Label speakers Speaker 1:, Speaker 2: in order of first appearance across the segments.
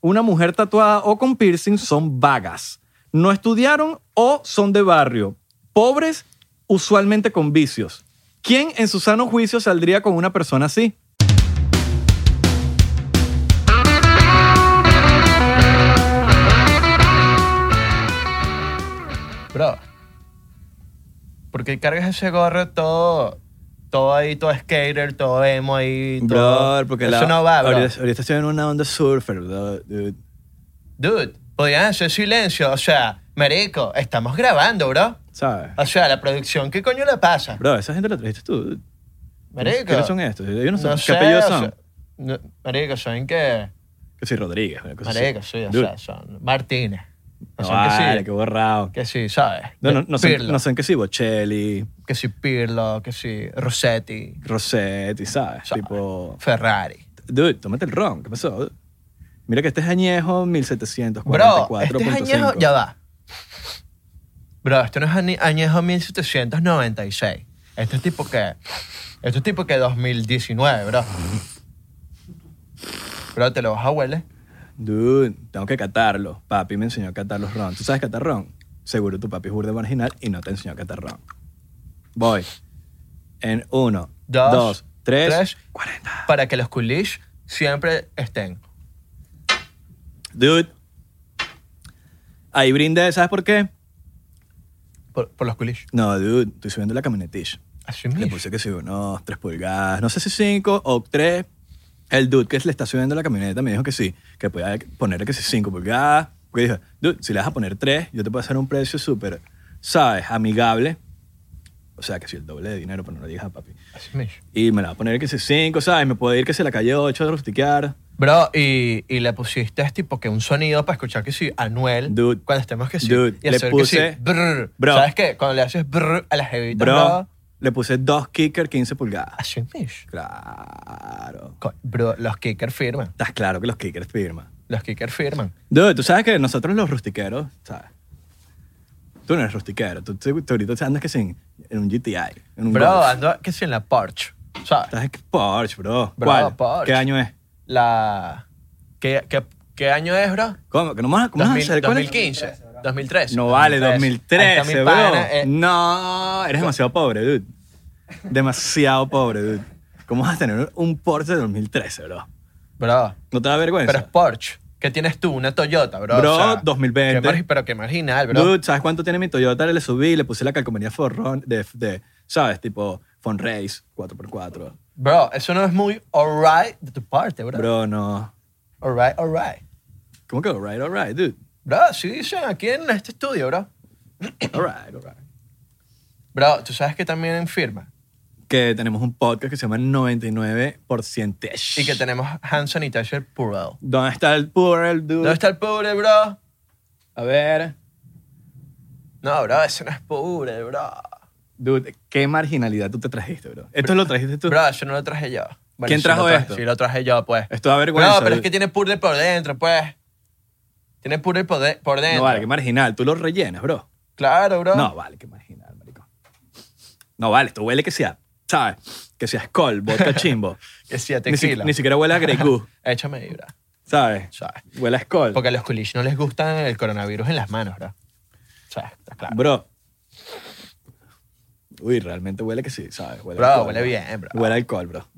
Speaker 1: una mujer tatuada o con piercing son vagas. No estudiaron o son de barrio. Pobres, usualmente con vicios. ¿Quién en su sano juicio saldría con una persona así?
Speaker 2: Bro, ¿por qué cargas ese gorro todo, todo ahí, todo skater, todo emo ahí, todo?
Speaker 1: Bro, porque
Speaker 2: Eso
Speaker 1: la-
Speaker 2: no va, bro.
Speaker 1: Ahorita, ahorita estoy en una onda surfer, bro, dude.
Speaker 2: Dude, podían hacer silencio, o sea, marico, estamos grabando, bro.
Speaker 1: ¿Sabes?
Speaker 2: O sea, la producción, ¿qué coño le pasa?
Speaker 1: Bro, esa gente la trajiste tú. dude.
Speaker 2: Marico.
Speaker 1: ¿Quiénes son estos? Ellos no son.
Speaker 2: No
Speaker 1: ¿Qué
Speaker 2: sé,
Speaker 1: apellidos
Speaker 2: o
Speaker 1: son?
Speaker 2: sea, no- marico, ¿saben qué?
Speaker 1: Que soy Rodríguez. una cosa así.
Speaker 2: Marico, sí, o
Speaker 1: Pues Dude,
Speaker 2: sea, son Martínez. O
Speaker 1: no
Speaker 2: sea, que sí.
Speaker 1: vale, qué borrado.
Speaker 2: Que sí, ¿sabes?
Speaker 1: No, no, no, sé,
Speaker 2: Pirlo.
Speaker 1: no sé qué sí, Bocelli,
Speaker 2: Que sí, Pirlo, que sí, Rossetti,
Speaker 1: Rossetti, ¿sabes?
Speaker 2: ¿sabes?
Speaker 1: Tipo,
Speaker 2: Ferrari.
Speaker 1: dude, tómate el ron, ¿qué pasó? dude? Mira que este es añejo
Speaker 2: Bro,
Speaker 1: 1744.5.
Speaker 2: este es añejo, ya va. Bro, esto no es ani- añejo 1796. Esto es tipo que. Esto es tipo que 2019, bro. Bro, te lo vas a huele.
Speaker 1: Dude, tengo que catarlo. Papi me enseñó a catar los ron. ¿Tú sabes catar ron? Seguro tu papi es burde marginal y no te enseñó a catar ron. Voy. En uno, dos,
Speaker 2: Dos,
Speaker 1: tres,
Speaker 2: tres.
Speaker 1: 40.
Speaker 2: Para que los coolish siempre estén.
Speaker 1: Dude. Ahí brindé, ¿sabes por qué?
Speaker 2: Por, por los coolish.
Speaker 1: No, dude, estoy subiendo la camionetilla.
Speaker 2: Así
Speaker 1: Le
Speaker 2: mismo.
Speaker 1: puse que sí, unos 3 pulgadas, no sé si 5 o 3. El dude que le está subiendo la camioneta me dijo que sí, que podía poner que sí 5 pulgadas. Porque dije, dude, si le vas a poner 3, yo te puedo hacer un precio súper, ¿sabes? Amigable. O sea, que si el doble de dinero, pero no le digas a papi.
Speaker 2: Así mismo.
Speaker 1: Y me la va a poner que sí 5, ¿sabes? Me puede ir que se la calle 8 a rustiquear.
Speaker 2: Bro, y, y le pusiste tipo que un sonido para escuchar que sí, Anuel,
Speaker 1: Dude.
Speaker 2: cuando estemos que sí.
Speaker 1: Dude,
Speaker 2: y
Speaker 1: le
Speaker 2: hacer
Speaker 1: puse-
Speaker 2: que sí, brr.
Speaker 1: Bro.
Speaker 2: ¿Sabes qué? Cuando le haces brr a las jevitas,
Speaker 1: Bro,
Speaker 2: bro,
Speaker 1: le puse dos kicker 15 pulgadas.
Speaker 2: así mismo.
Speaker 1: Claro.
Speaker 2: Co- Bro, los kickers firman.
Speaker 1: Estás claro que los kickers firman.
Speaker 2: Los kickers firman.
Speaker 1: Dude, tú sabes que nosotros los rustiqueros, ¿sabes? Tú no eres rustiquero, tú, tú- tú ahorita andas que sin, en un GTI, en un
Speaker 2: Bro,
Speaker 1: Golf.
Speaker 2: ando que sí en la Porsche, ¿sabes?
Speaker 1: Estás en Porsche, bro.
Speaker 2: Bro,
Speaker 1: ¿Cuál?
Speaker 2: Porsche.
Speaker 1: ¿Qué año es?
Speaker 2: La... ¿Qué, qué, qué año es, bro?
Speaker 1: ¿Cómo? ¿Que no más? ¿Cómo vas a
Speaker 2: 2000,
Speaker 1: saber cuál es?
Speaker 2: 2015. 2013.
Speaker 1: No vale,
Speaker 2: 2013. Ahí está
Speaker 1: 2013,
Speaker 2: mi
Speaker 1: bro.
Speaker 2: pana, eh,
Speaker 1: No, eres demasiado pobre, dude. Demasiado pobre, dude. ¿Cómo vas a tener un Porsche de 2013, bro?
Speaker 2: Bro,
Speaker 1: ¿No te da vergüenza?
Speaker 2: pero es Porsche. ¿Qué tienes tú? Una Toyota, bro.
Speaker 1: Bro,
Speaker 2: o sea,
Speaker 1: 2020.
Speaker 2: qué margi- pero qué marginal, bro.
Speaker 1: Dude, ¿sabes cuánto tiene mi Toyota? Le subí, le puse la calcomanía Forrón de, de, ¿sabes? Tipo, Fon Race 4x4.
Speaker 2: Bro, eso no es muy alright de tu parte, bro.
Speaker 1: Bro, no.
Speaker 2: Alright, alright.
Speaker 1: ¿Cómo que alright, alright, dude?
Speaker 2: Bro, sí dicen aquí en este estudio, bro.
Speaker 1: Alright, alright.
Speaker 2: Bro, tú sabes que también firma
Speaker 1: Que tenemos un podcast que se llama 99%.
Speaker 2: y que tenemos hand sanitizer Purell.
Speaker 1: ¿Dónde está el Purell, dude?
Speaker 2: ¿Dónde está el Purell, bro?
Speaker 1: A ver.
Speaker 2: No, bro, eso no es Purell, bro.
Speaker 1: Dude, qué marginalidad tú te trajiste, bro. Esto lo trajiste tú.
Speaker 2: Bro, eso no lo traje yo. Bueno,
Speaker 1: ¿Quién
Speaker 2: sí lo
Speaker 1: trajo
Speaker 2: traje-
Speaker 1: esto?
Speaker 2: Sí, lo traje yo, pues.
Speaker 1: Esto da
Speaker 2: Bro,
Speaker 1: vergüenza.
Speaker 2: pero es
Speaker 1: dude.
Speaker 2: que tiene Purell por dentro, pues. Tiene Purell por, de- por dentro.
Speaker 1: No vale, qué marginal. Tú lo rellenas, bro.
Speaker 2: Claro, bro.
Speaker 1: No vale, qué marginal, marico. No vale, esto huele que sea, ¿sabes? Que sea Skoll, vodka chimbo.
Speaker 2: Que sí, a
Speaker 1: ni, si-
Speaker 2: tequila.
Speaker 1: ni siquiera huele a Grey Goose,
Speaker 2: Échame ahí, bro.
Speaker 1: ¿sabes?
Speaker 2: ¿Sabes?
Speaker 1: Huele a Skoll.
Speaker 2: Porque a los coolish no les gustan el coronavirus en las manos, bro. O sea, está claro.
Speaker 1: Bro. Uy, realmente huele que sí, ¿sabes? Huele
Speaker 2: Bro,
Speaker 1: a alcohol,
Speaker 2: huele bien, bro.
Speaker 1: Huele a alcohol, bro.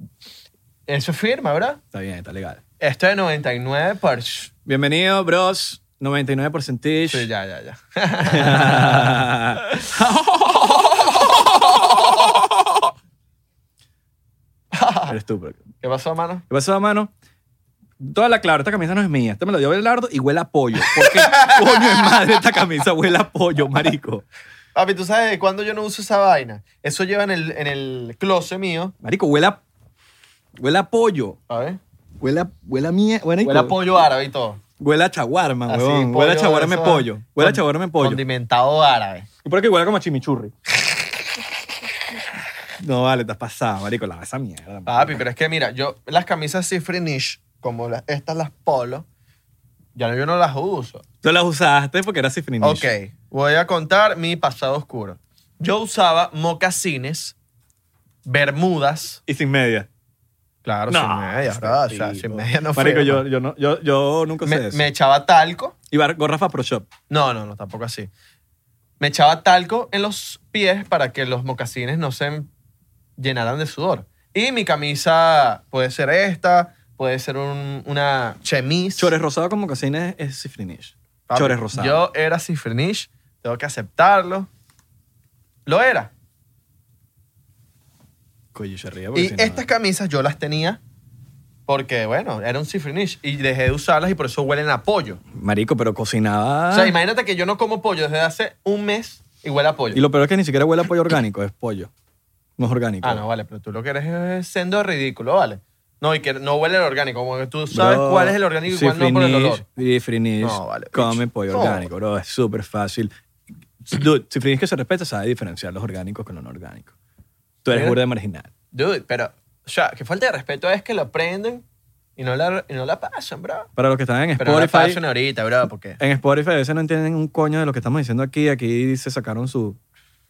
Speaker 2: Eso firma, bro.
Speaker 1: Está bien, está legal.
Speaker 2: Esto de 99 por... Sí,
Speaker 1: Bienvenido, bros. 99%.
Speaker 2: ya, ya, ya.
Speaker 1: Eres tú, bro. ¿Qué
Speaker 2: ¿Qué pasó, mano?
Speaker 1: pasa, mano? Toda la clara, esta camisa no es mía. Esta me la dio Belardo y huele a pollo. ¿Por qué coño de madre esta camisa huele a pollo, marico?
Speaker 2: Papi, ¿tú sabes de cuándo yo no uso esa vaina? Eso lleva en el, en el closet mío.
Speaker 1: Marico, huele a, huele a pollo.
Speaker 2: A ver.
Speaker 1: Huele a, huele a mie- Huele,
Speaker 2: Huele a pollo árabe y todo.
Speaker 1: Huele a chaguarma,
Speaker 2: Así,
Speaker 1: Ah, huevón.
Speaker 2: pollo
Speaker 1: Huele a
Speaker 2: de
Speaker 1: chaguarma
Speaker 2: esos
Speaker 1: pollo. Huele a
Speaker 2: con-
Speaker 1: chaguarma pollo.
Speaker 2: Condimentado árabe.
Speaker 1: Y por aquí huele como a chimichurri. No, vale, estás pasada, marico. Lava esa mierda.
Speaker 2: Papi, pero es que mira, yo las camisas cifre niche, como las- estas las polo, ya no, yo no las uso.
Speaker 1: Tú las usaste porque era cifrinish.
Speaker 2: Ok, voy a contar mi pasado oscuro. Yo usaba mocasines, bermudas,
Speaker 1: Y sin media.
Speaker 2: Claro,
Speaker 1: No,
Speaker 2: sin media,
Speaker 1: este
Speaker 2: bro. O sea,
Speaker 1: tipo.
Speaker 2: sin media no
Speaker 1: Marico,
Speaker 2: fue.
Speaker 1: yo, yo, no, yo, yo nunca sé
Speaker 2: me,
Speaker 1: eso.
Speaker 2: me echaba talco.
Speaker 1: Y bar- Gorrafa Pro Shop.
Speaker 2: No, no, no, tampoco así. Me echaba talco en los pies para que los mocasines no se llenaran de sudor. Y mi camisa puede ser esta, puede ser un- una chemise.
Speaker 1: Chores rosado con mocasines es Sifrinish.
Speaker 2: Papi,
Speaker 1: Chores rosado.
Speaker 2: Yo era Cifrinish, tengo que aceptarlo. Lo era.
Speaker 1: Coño, se ríe porque
Speaker 2: Y
Speaker 1: si no-
Speaker 2: estas camisas yo las tenía porque, bueno, era un Cifrinish y dejé de usarlas y por eso huelen a pollo.
Speaker 1: Marico, pero cocinaba...
Speaker 2: O sea, imagínate que yo no como pollo desde hace un mes y huele a pollo.
Speaker 1: Y lo peor es que ni siquiera huele a pollo orgánico, es pollo. No es orgánico.
Speaker 2: Ah, no, vale, pero tú lo que eres es sendo ridículo, vale. No, y que no huele el orgánico, como que tú sabes
Speaker 1: Bro,
Speaker 2: cuál es el orgánico y
Speaker 1: sí,
Speaker 2: cuál no por el
Speaker 1: Frinish,
Speaker 2: olor.
Speaker 1: sí, Frinish
Speaker 2: No, vale,
Speaker 1: come
Speaker 2: bicho.
Speaker 1: pollo
Speaker 2: No.
Speaker 1: orgánico, bro. Es súper fácil. Dude, si Frinish que se respeta sabe diferenciar los orgánicos con los no orgánicos. Tú eres
Speaker 2: Mira.
Speaker 1: burda de marginal.
Speaker 2: Dude, pero, o sea, que falta de respeto es que lo prenden y no la, y no la pasan, bro.
Speaker 1: Para los que están en
Speaker 2: Pero no la
Speaker 1: Spotify,
Speaker 2: pasan ahorita, bro, porque...
Speaker 1: en Spotify a veces no entienden un coño de lo que estamos diciendo aquí. Aquí se sacaron su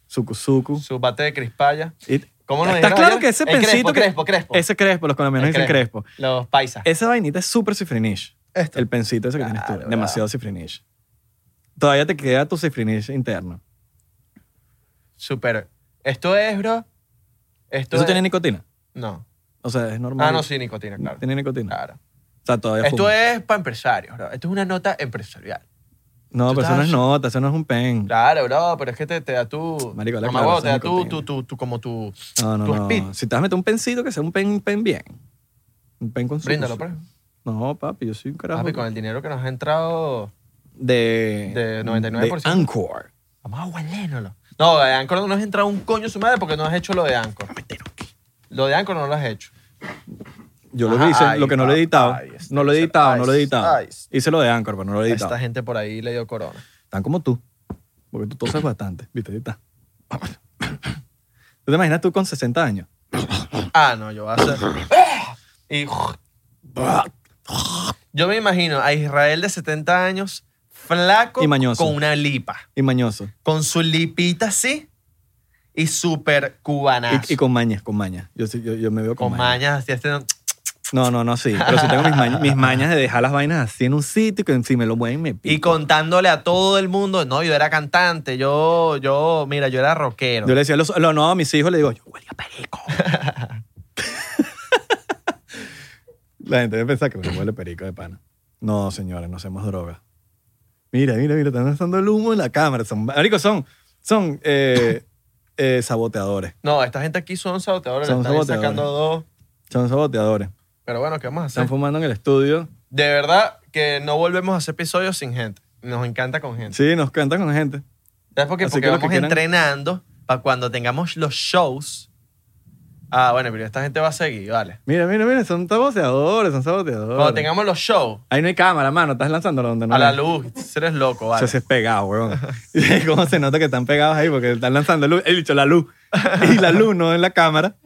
Speaker 1: suku suku.
Speaker 2: Su bate de crispalla.
Speaker 1: Y-
Speaker 2: ¿Cómo nos
Speaker 1: Está
Speaker 2: dijeron
Speaker 1: claro
Speaker 2: ayer?
Speaker 1: que ese
Speaker 2: El
Speaker 1: pensito
Speaker 2: crespo,
Speaker 1: que-
Speaker 2: crespo, crespo.
Speaker 1: Ese crespo, los colombianos
Speaker 2: Oh. El
Speaker 1: dicen crespo.
Speaker 2: Los paisas.
Speaker 1: Esa vainita es súper cifrinish.
Speaker 2: Esto.
Speaker 1: El pensito ese que tienes
Speaker 2: Claro,
Speaker 1: tú. Demasiado cifrinish. Todavía te queda tu cifrinish interno.
Speaker 2: Súper. Esto es, bro. Esto
Speaker 1: ¿Eso
Speaker 2: es...
Speaker 1: tiene nicotina?
Speaker 2: No.
Speaker 1: O sea, es normal.
Speaker 2: Ah, no, sí, nicotina, claro.
Speaker 1: Tiene nicotina.
Speaker 2: Claro.
Speaker 1: O sea, todavía
Speaker 2: Esto es para empresarios, bro. Esto es una nota empresarial.
Speaker 1: No,
Speaker 2: tú
Speaker 1: pero eso no es
Speaker 2: estás-
Speaker 1: nota, eso no es un pen.
Speaker 2: Claro, bro, pero es que te, te da tu.
Speaker 1: Marico, la
Speaker 2: mamá, huevo, te
Speaker 1: clavación
Speaker 2: da
Speaker 1: de
Speaker 2: tu,
Speaker 1: cocaína.
Speaker 2: tu, tu, tu- como tu.
Speaker 1: No, no,
Speaker 2: tu
Speaker 1: no.
Speaker 2: speed.
Speaker 1: Si te vas a meter un pencito, que sea un pen, un pen bien. Un pen con su.
Speaker 2: Bríndalo, pues.
Speaker 1: No, papi, yo soy un carajo.
Speaker 2: Papi, con el dinero que nos ha entrado.
Speaker 1: De.
Speaker 2: De 99%.
Speaker 1: De Anchor.
Speaker 2: Vamos a huelénolo. No, de Anchor no nos ha entrado un coño su madre porque no has hecho lo de Anchor. Lo de Anchor no lo has hecho.
Speaker 1: Yo lo
Speaker 2: Ajá,
Speaker 1: hice,
Speaker 2: ahí
Speaker 1: lo que no lo he
Speaker 2: va,
Speaker 1: editado.
Speaker 2: ahí está,
Speaker 1: no lo he
Speaker 2: ahí
Speaker 1: editado,
Speaker 2: está,
Speaker 1: no lo he
Speaker 2: ahí
Speaker 1: editado.
Speaker 2: está.
Speaker 1: Hice lo de Anchor, pero no lo he editado.
Speaker 2: Esta gente por ahí le dio corona.
Speaker 1: Tan como tú. Porque tú tosas bastante. ¿Viste? Ahí está. ¿Tú te imaginas tú con 60 años?
Speaker 2: Ah, no, yo voy a hacer. ¡Ah! Y. Yo me imagino a Israel de 70 años, flaco,
Speaker 1: Y mañoso.
Speaker 2: con una lipa.
Speaker 1: Y mañoso.
Speaker 2: Con su lipita así y súper cubana.
Speaker 1: Y, y con mañas, con mañas. Yo, sí- yo, yo me veo con,
Speaker 2: con mañas, así haciendo-
Speaker 1: No, no, no, sí. Pero sí tengo mis, mañas- mis mañas de dejar las vainas así en un sitio que si me lo mueven me
Speaker 2: y
Speaker 1: pico.
Speaker 2: contándole a todo el mundo, no, yo era cantante, yo, yo, mira, yo era rockero.
Speaker 1: Yo le decía a los, los no a mis hijos, le digo, yo huele a perico. La gente debe pensar que me huele perico de pana. No, señores, no hacemos droga. Mira, mira, mira, están lanzando el humo en la cámara. Son, marico, son, son eh, eh, saboteadores.
Speaker 2: No, esta gente aquí son saboteadores,
Speaker 1: Son
Speaker 2: le están
Speaker 1: saboteadores.
Speaker 2: sacando dos,
Speaker 1: Son saboteadores.
Speaker 2: pero bueno, ¿qué vamos a hacer?
Speaker 1: Están fumando en el estudio.
Speaker 2: De verdad que no volvemos a hacer episodios sin gente, nos encanta con gente.
Speaker 1: Sí, nos cantan con gente.
Speaker 2: ¿Sabes por qué?
Speaker 1: Así
Speaker 2: Porque
Speaker 1: que lo que
Speaker 2: vamos
Speaker 1: quieran-
Speaker 2: entrenando para cuando tengamos los shows. Ah, bueno, pero esta gente va a seguir, vale.
Speaker 1: Mira, mira, mira, son saboteadores, son saboteadores.
Speaker 2: Cuando tengamos los shows,
Speaker 1: Ahí no hay cámara, mano. Estás lanzándolo donde no
Speaker 2: a la
Speaker 1: hay.
Speaker 2: luz, si eres loco,
Speaker 1: O
Speaker 2: vale.
Speaker 1: sea, sí es pegado, weón. ¿Cómo se nota que están pegados ahí? Porque están lanzando luz. He dicho la luz. Y la luz no en la cámara.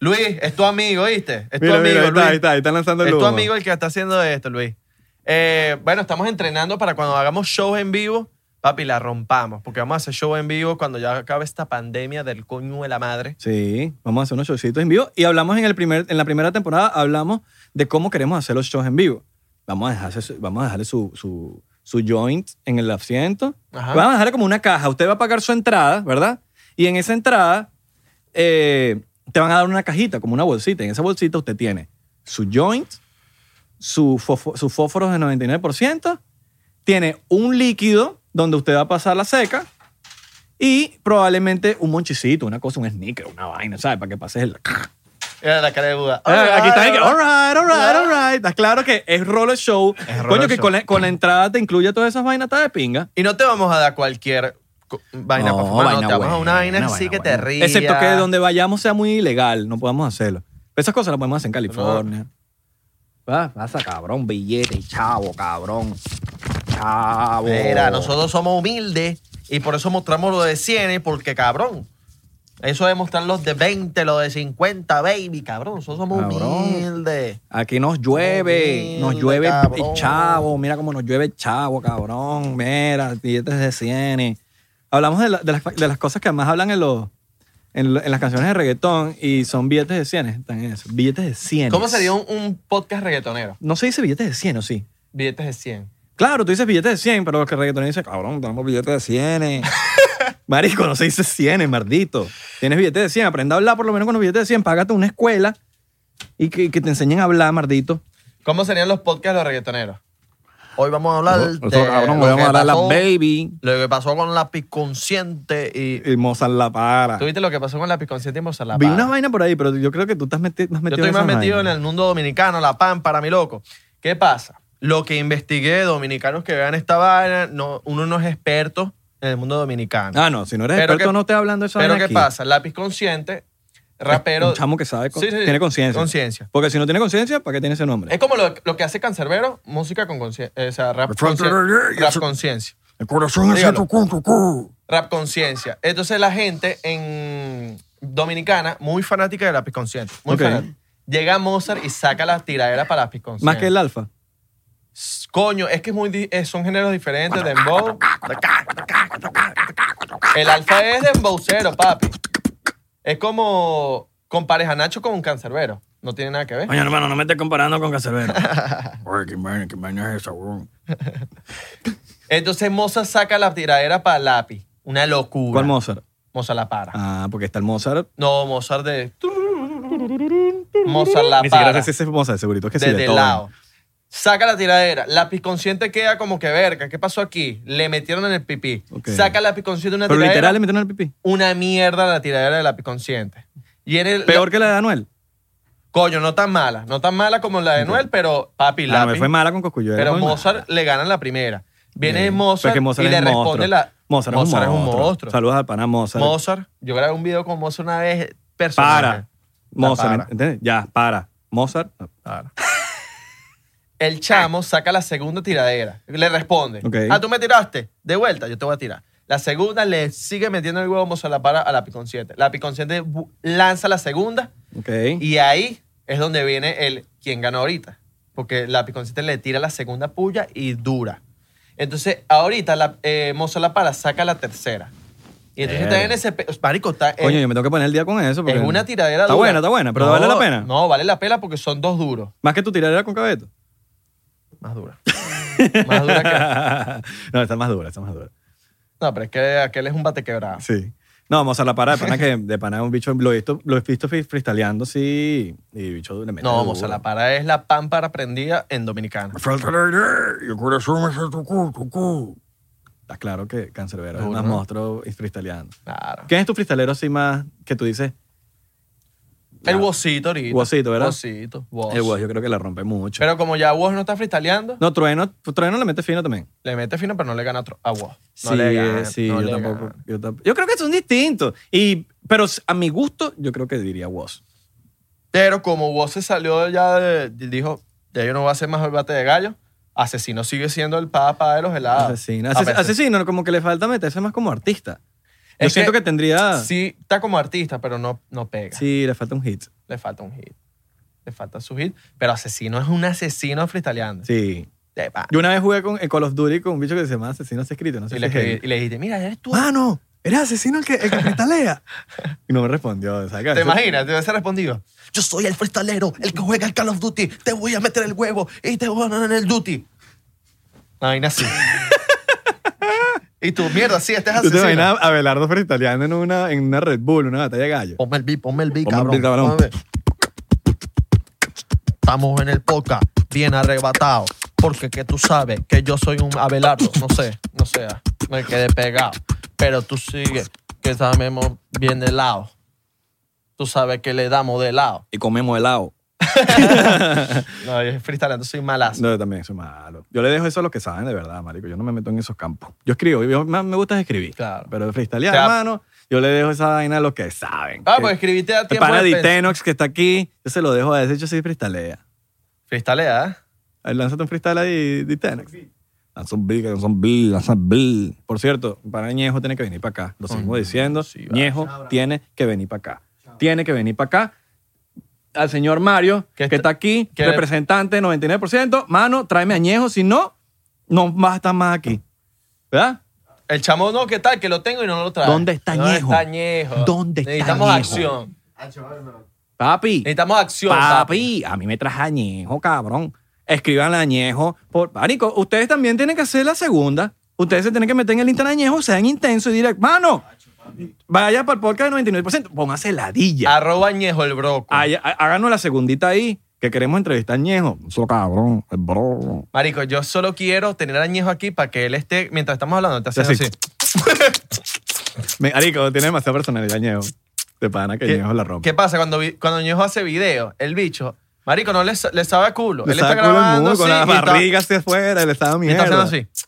Speaker 2: Luis, es tu amigo, ¿viste? Es
Speaker 1: Mira,
Speaker 2: tu amigo,
Speaker 1: mira, ahí
Speaker 2: Luis.
Speaker 1: está, ahí está, ahí están lanzando
Speaker 2: Es
Speaker 1: luz.
Speaker 2: tu
Speaker 1: weón.
Speaker 2: amigo el que está haciendo esto, Luis. Eh, bueno, estamos entrenando para cuando hagamos shows en vivo, papi, la rompamos. Porque vamos a hacer show en vivo cuando ya acabe esta pandemia del coño de la madre.
Speaker 1: Sí, vamos a hacer unos showcitos en vivo. Y hablamos en, el primer, en la primera temporada, hablamos de cómo queremos hacer los shows en vivo. Vamos a, dejarse su- vamos a dejarle su, su, su joint en el asiento.
Speaker 2: Ajá.
Speaker 1: Vamos a dejarle como una caja. Usted va a pagar su entrada, ¿verdad? Y en esa entrada eh, te van a dar una cajita, como una bolsita. En esa bolsita usted tiene su joint, su fósfo- sus fósforos de 99%, tiene un líquido donde usted va a pasar la seca y probablemente un monchicito, una cosa, un sneaker, una vaina, ¿sabes? Para que pases el...
Speaker 2: Era la cara de Buda.
Speaker 1: Ah, aquí está,
Speaker 2: Alright,
Speaker 1: y que, all right, all right, all right. Está claro que es roller show.
Speaker 2: Es roller
Speaker 1: Coño, que
Speaker 2: show.
Speaker 1: Con, la, con la entrada te incluye todas esas vainas, está de pinga.
Speaker 2: Y no te vamos a dar cualquier co- vaina
Speaker 1: No,
Speaker 2: para fumar, no,
Speaker 1: vaina
Speaker 2: te vamos
Speaker 1: buena,
Speaker 2: a una vaina así
Speaker 1: vaina
Speaker 2: que te
Speaker 1: buena.
Speaker 2: rías.
Speaker 1: Excepto que donde vayamos sea muy ilegal, no podamos hacerlo. Esas cosas las podemos hacer en California. Va, pasa, cabrón, billete, chavo, cabrón. Chavo.
Speaker 2: Mira, nosotros somos humildes y por eso mostramos lo de 100, porque cabrón. Eso de mostrar los de 20, los de 50, baby, cabrón. Nosotros somos
Speaker 1: Cabrón.
Speaker 2: humildes.
Speaker 1: Aquí nos llueve,
Speaker 2: Humilde,
Speaker 1: nos llueve
Speaker 2: cabrón.
Speaker 1: el chavo, mira cómo nos llueve el chavo, cabrón, mira, billetes de 100. Hablamos de, la- de las, de las cosas que más hablan en los, en, lo- en las canciones de reggaetón y son billetes de 100, están en eso. Billetes de 100.
Speaker 2: ¿Cómo sería un, un podcast reggaetonero?
Speaker 1: No se dice billetes de 100, ¿o sí?
Speaker 2: Billetes de 100.
Speaker 1: Claro, tú dices billetes de 100, pero los que reggaetoneros dicen, cabrón, tenemos billetes de 100. Marico, no se dice 100, mardito. Tienes billetes de 100, aprende a hablar por lo menos con los billetes de 100, págate una escuela y que, que te enseñen a hablar, mardito.
Speaker 2: ¿Cómo serían los podcasts de los reggaetoneros? Hoy vamos a hablar
Speaker 1: Nosotros, cabrón, vamos a hablar a la baby.
Speaker 2: lo que pasó con la pisconsciente y...
Speaker 1: Y Mozart la para.
Speaker 2: ¿Tuviste lo que pasó con la pisconsciente y Mozalapa?
Speaker 1: Vi una vaina por ahí, pero yo creo que tú estás meti- más
Speaker 2: Yo
Speaker 1: metido
Speaker 2: estoy
Speaker 1: en esa
Speaker 2: más metido en
Speaker 1: vaina.
Speaker 2: el mundo dominicano, la pan para mi loco. ¿Qué pasa? Lo que investigué, dominicanos que vean esta vaina, no, uno no es experto en el mundo dominicano.
Speaker 1: Ah, no, si no eres
Speaker 2: Pero
Speaker 1: experto
Speaker 2: que-
Speaker 1: no estoy hablando de esa
Speaker 2: Pero
Speaker 1: vaina
Speaker 2: ¿qué
Speaker 1: aquí.
Speaker 2: pasa? Lápiz consciente, rapero...
Speaker 1: Un chamo que sabe, con-
Speaker 2: Sí, sí, sí.
Speaker 1: tiene conciencia.
Speaker 2: Conciencia.
Speaker 1: Porque si no tiene conciencia, ¿para qué tiene ese nombre?
Speaker 2: Es como lo, lo que hace Cancerbero, música con conciencia, o sea, rap, conscien- rap conciencia.
Speaker 1: El corazón
Speaker 2: es Dígalo.
Speaker 1: tu
Speaker 2: Rap conciencia. Entonces la gente en dominicana, muy fanática de lápiz consciente, muy
Speaker 1: Ok.
Speaker 2: fanática. Llega Mozart y saca las tiraderas para lápiz consciente.
Speaker 1: Más que el alfa.
Speaker 2: Coño, es que es muy di- eh, son géneros diferentes, dembow. El alfa es dembowcero, papi. Es como compares a Nacho con un cancerbero. No tiene nada que ver.
Speaker 1: Oye, hermano, no me estés comparando con Cacerbero. Oye, qué vaina, qué vaina es esa, weón.
Speaker 2: Entonces Mozart saca la tiradera para lápiz. Una locura.
Speaker 1: ¿Cuál Mozart?
Speaker 2: Mozart la para.
Speaker 1: Ah, porque está el Mozart.
Speaker 2: No, Mozart de... Mozart la
Speaker 1: Ni siquiera
Speaker 2: para.
Speaker 1: sé si es Mozart, segurito es que sí.
Speaker 2: Desde el
Speaker 1: todo.
Speaker 2: lado. Saca la tiradera. Lápiz consciente queda como que verga. ¿Qué pasó aquí? Le metieron en el pipí.
Speaker 1: Ok.
Speaker 2: Saca lápiz consciente una
Speaker 1: Pero
Speaker 2: tiradera.
Speaker 1: literal le metieron el pipí.
Speaker 2: una mierda la tiradera de lápiz consciente. Y en el,
Speaker 1: Peor que la de Anuel.
Speaker 2: coño, no tan mala. No tan mala como la de Noel, pero papi,
Speaker 1: Ah, no, me
Speaker 2: lápiz.
Speaker 1: fue mala con Cosculluela.
Speaker 2: pero
Speaker 1: fue mala.
Speaker 2: Mozart le gana la primera. Viene
Speaker 1: Bien. Pero es
Speaker 2: Mozart,
Speaker 1: que Mozart
Speaker 2: y
Speaker 1: es
Speaker 2: le
Speaker 1: un monstruo.
Speaker 2: responde la.
Speaker 1: Mozart, es un monstruo. Saludos al pana Mozart.
Speaker 2: Mozart, yo grabé un video con Mozart una vez personal.
Speaker 1: para. Mozart,
Speaker 2: para.
Speaker 1: ¿entiendes? Ya, para. Mozart.
Speaker 2: El chamo saca la segunda tiradera. Le responde.
Speaker 1: Ok.
Speaker 2: Ah, tú me tiraste. De vuelta, yo te voy a tirar. La segunda le sigue metiendo el huevo Mozart la para a la piconciente. La piconciente bu- lanza la segunda.
Speaker 1: Ok.
Speaker 2: Y ahí es donde viene el quién gana ahorita. Porque la piconcita le tira la segunda puya y dura. Entonces, ahorita la, eh, Moza La Para saca la tercera. Y entonces
Speaker 1: Verga.
Speaker 2: está en ese. pe- Marico, está. en-
Speaker 1: Coño, yo me tengo que poner el día con eso.
Speaker 2: eh, es
Speaker 1: porque-
Speaker 2: una tiradera
Speaker 1: Está
Speaker 2: dura.
Speaker 1: buena, está buena, pero
Speaker 2: No,
Speaker 1: vale la pena.
Speaker 2: No, vale la pena porque son dos duros.
Speaker 1: Más que tu tiradera con cabeto.
Speaker 2: Más dura. Más dura que.
Speaker 1: no, está más dura, está más dura.
Speaker 2: No, pero es que aquel es un bate quebrado.
Speaker 1: Sí. No, vamos a la parada de pana que de pana es un bicho. Lo he visto, lo he visto fri- freestyleando, sí. Y bicho le mete
Speaker 2: No,
Speaker 1: duro.
Speaker 2: Moza La Para es la pámpara prendida en Dominicana.
Speaker 1: Está Ah, claro que Cancerbero es
Speaker 2: Duro,
Speaker 1: más
Speaker 2: ¿no?
Speaker 1: monstruo y freestyleando.
Speaker 2: Claro.
Speaker 1: ¿Quién es tu freestylero así más que tú dices?
Speaker 2: El Wosito ahorita.
Speaker 1: Wosito, ¿verdad?
Speaker 2: Wosito. Wos.
Speaker 1: El Wos, yo creo que la rompe mucho.
Speaker 2: Pero como ya Wos no está freestyleando,
Speaker 1: no, Trueno, Trueno le mete fino también.
Speaker 2: Le mete fino, pero no le gana a, Tro- a Woz. No
Speaker 1: sí,
Speaker 2: le
Speaker 1: eh,
Speaker 2: gana,
Speaker 1: sí,
Speaker 2: no
Speaker 1: yo,
Speaker 2: le
Speaker 1: tampoco,
Speaker 2: gana.
Speaker 1: yo tampoco- yo creo que son distintos. Y, pero a mi gusto, yo creo que diría Woz.
Speaker 2: Pero como Woz se salió ya, de- de- dijo, ya yo no voy a hacer más el bate de gallo, Asesino sigue siendo el papá de los helados.
Speaker 1: Asesino.
Speaker 2: A
Speaker 1: Ases-
Speaker 2: pesar-
Speaker 1: asesino, como que le falta meterse más como artista. Yo
Speaker 2: Es
Speaker 1: siento que, tendría. Sí.
Speaker 2: Sí, está como artista, pero no, no pega.
Speaker 1: le falta un hit.
Speaker 2: Le falta un hit. Le falta su hit. Pero Asesino es un asesino freestyleando.
Speaker 1: Sí.
Speaker 2: De pa-
Speaker 1: Yo una vez jugué con, en Call of Duty con un bicho que se llama Asesino Has Escrito. No sé
Speaker 2: y,
Speaker 1: si
Speaker 2: le
Speaker 1: es Ah,
Speaker 2: escribí-
Speaker 1: él.
Speaker 2: y le dijiste, mira, eres tú.
Speaker 1: ¡Mano! ¿Eres asesino el que, el que freestalea? y no me respondió. ¿sabes?
Speaker 2: ¿Te
Speaker 1: Eso-
Speaker 2: imaginas? Te hubiese respondido.
Speaker 3: Yo soy el freestalero, el que juega el Call of Duty. Te voy a meter el huevo y te voy a ganar en el Duty.
Speaker 2: Una vaina así. y tú, mierda, sí, este es
Speaker 1: ¿Tú te
Speaker 2: asesino.
Speaker 1: imaginas a Belardo freestaleando en una, en una Red Bull, una batalla de gallo?
Speaker 3: Ponme el beat, ponme el beat,
Speaker 1: Ponme el
Speaker 3: cabrón.
Speaker 1: beat, cabrón.
Speaker 3: Ponme el beat. Estamos en el podcast, bien arrebatado. Porque que tú sabes que yo soy un Abelardo.
Speaker 2: no sé, no sé, ah, me quedé pegado. Pero tú sigues, que sabemos bien de lado. Tú sabes que le damos de lado.
Speaker 1: Y comemos helado.
Speaker 2: No, yo freestyleando soy malazo.
Speaker 1: No, yo también soy malo. Yo le dejo eso a los que saben de verdad, marico. Yo no me meto en esos campos. Yo escribo, yo, más me gusta es escribir.
Speaker 2: Claro.
Speaker 1: Pero freestylear,
Speaker 2: O sea,
Speaker 1: hermano, yo le dejo esa vaina a los que saben.
Speaker 2: Ah,
Speaker 1: Que-
Speaker 2: pues escribiste a
Speaker 1: El
Speaker 2: tiempo
Speaker 1: pana
Speaker 2: de
Speaker 1: de
Speaker 2: pensar.
Speaker 1: Tenox que está aquí, yo se lo dejo a ese, yo soy freestalea.
Speaker 2: Freestalea, ¿eh?
Speaker 1: A ver, Lánzate un freestyle ahí de Tenox. Lanza un bill, que lanza un bill, lanza un bill. Por cierto, el pana Ñejo tiene que venir para acá. Lo seguimos diciendo.
Speaker 2: sí, va.
Speaker 1: Ñejo tiene que venir para acá. Tiene que venir para acá. Al señor Mario,
Speaker 2: Que
Speaker 1: que,
Speaker 2: está-
Speaker 1: está aquí,
Speaker 2: que-
Speaker 1: representante 99%. Mano, tráeme a Ñejo, si no, no vas a estar más aquí. ¿Verdad?
Speaker 2: El chamo, no, ¿qué tal? Que lo tengo y no lo trae.
Speaker 1: ¿Dónde está Ñejo?
Speaker 2: ¿Dónde está Ñejo?
Speaker 1: ¿Dónde está
Speaker 2: Necesitamos
Speaker 1: Ñejo?
Speaker 2: acción.
Speaker 1: Papi.
Speaker 2: Necesitamos acción.
Speaker 1: Papi, a mí me traje añejo, cabrón. Escriban añejo. Por... Marico, ustedes también tienen que hacer la segunda. Ustedes se tienen que meter en el internet añejo, sean intensos y direct. Mano, vaya para el podcast del 99%. Póngase ladilla.
Speaker 2: Arroba Ñejo el broco.
Speaker 1: Ay- há- Háganos la segundita ahí, que queremos entrevistar a añejo. Eso, cabrón, es bro.
Speaker 2: Marico, yo solo quiero tener a Ñejo aquí para que él esté, mientras estamos hablando, está haciendo
Speaker 1: Así.
Speaker 2: así.
Speaker 1: Me- Marico, tiene demasiada personalidad añejo. De pana que
Speaker 2: ¿Qué-
Speaker 1: añejo la rompe.
Speaker 2: ¿Qué pasa? Cuando, vi- cuando Ñejo hace video, el bicho, Marico, no le, sa- le sabe a culo.
Speaker 1: Le
Speaker 2: él está
Speaker 1: saca el culo al
Speaker 2: grabando
Speaker 1: mundo, con
Speaker 2: así
Speaker 1: la
Speaker 2: y está-
Speaker 1: barriga hacia afuera, le estaba
Speaker 2: y está
Speaker 1: mierda.
Speaker 2: haciendo así.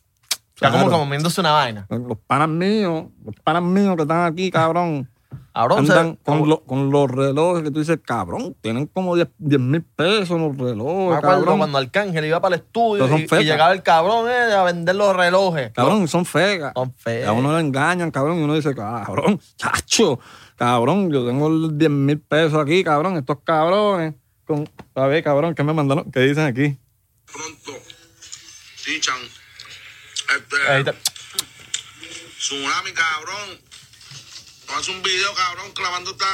Speaker 2: Está como
Speaker 1: Claro.
Speaker 2: comiéndose una vaina.
Speaker 1: Los panas míos, los panas míos que están aquí, cabrón.
Speaker 2: Ahora,
Speaker 1: Andan con, lo- con los relojes que tú dices, cabrón, tienen como 10 mil pesos los relojes,
Speaker 2: Ah, cuando,
Speaker 1: cabrón.
Speaker 2: cuando Arcángel iba para el estudio
Speaker 1: Pero son
Speaker 2: y, y
Speaker 1: fecas.
Speaker 2: llegaba el cabrón eh, a vender los relojes.
Speaker 1: Cabrón, son fegas.
Speaker 2: Son feas.
Speaker 1: A uno le engañan, cabrón, y uno dice, cabrón, chacho, cabrón, yo tengo 10 mil pesos aquí, cabrón, estos cabrones. Con, a ver, cabrón, ¿qué me mandaron? ¿Qué dicen aquí?
Speaker 4: pronto. Sí, chan.
Speaker 2: Ahí
Speaker 4: Este,
Speaker 2: está.
Speaker 4: tsunami, cabrón. Haz un video, cabrón, clavando esta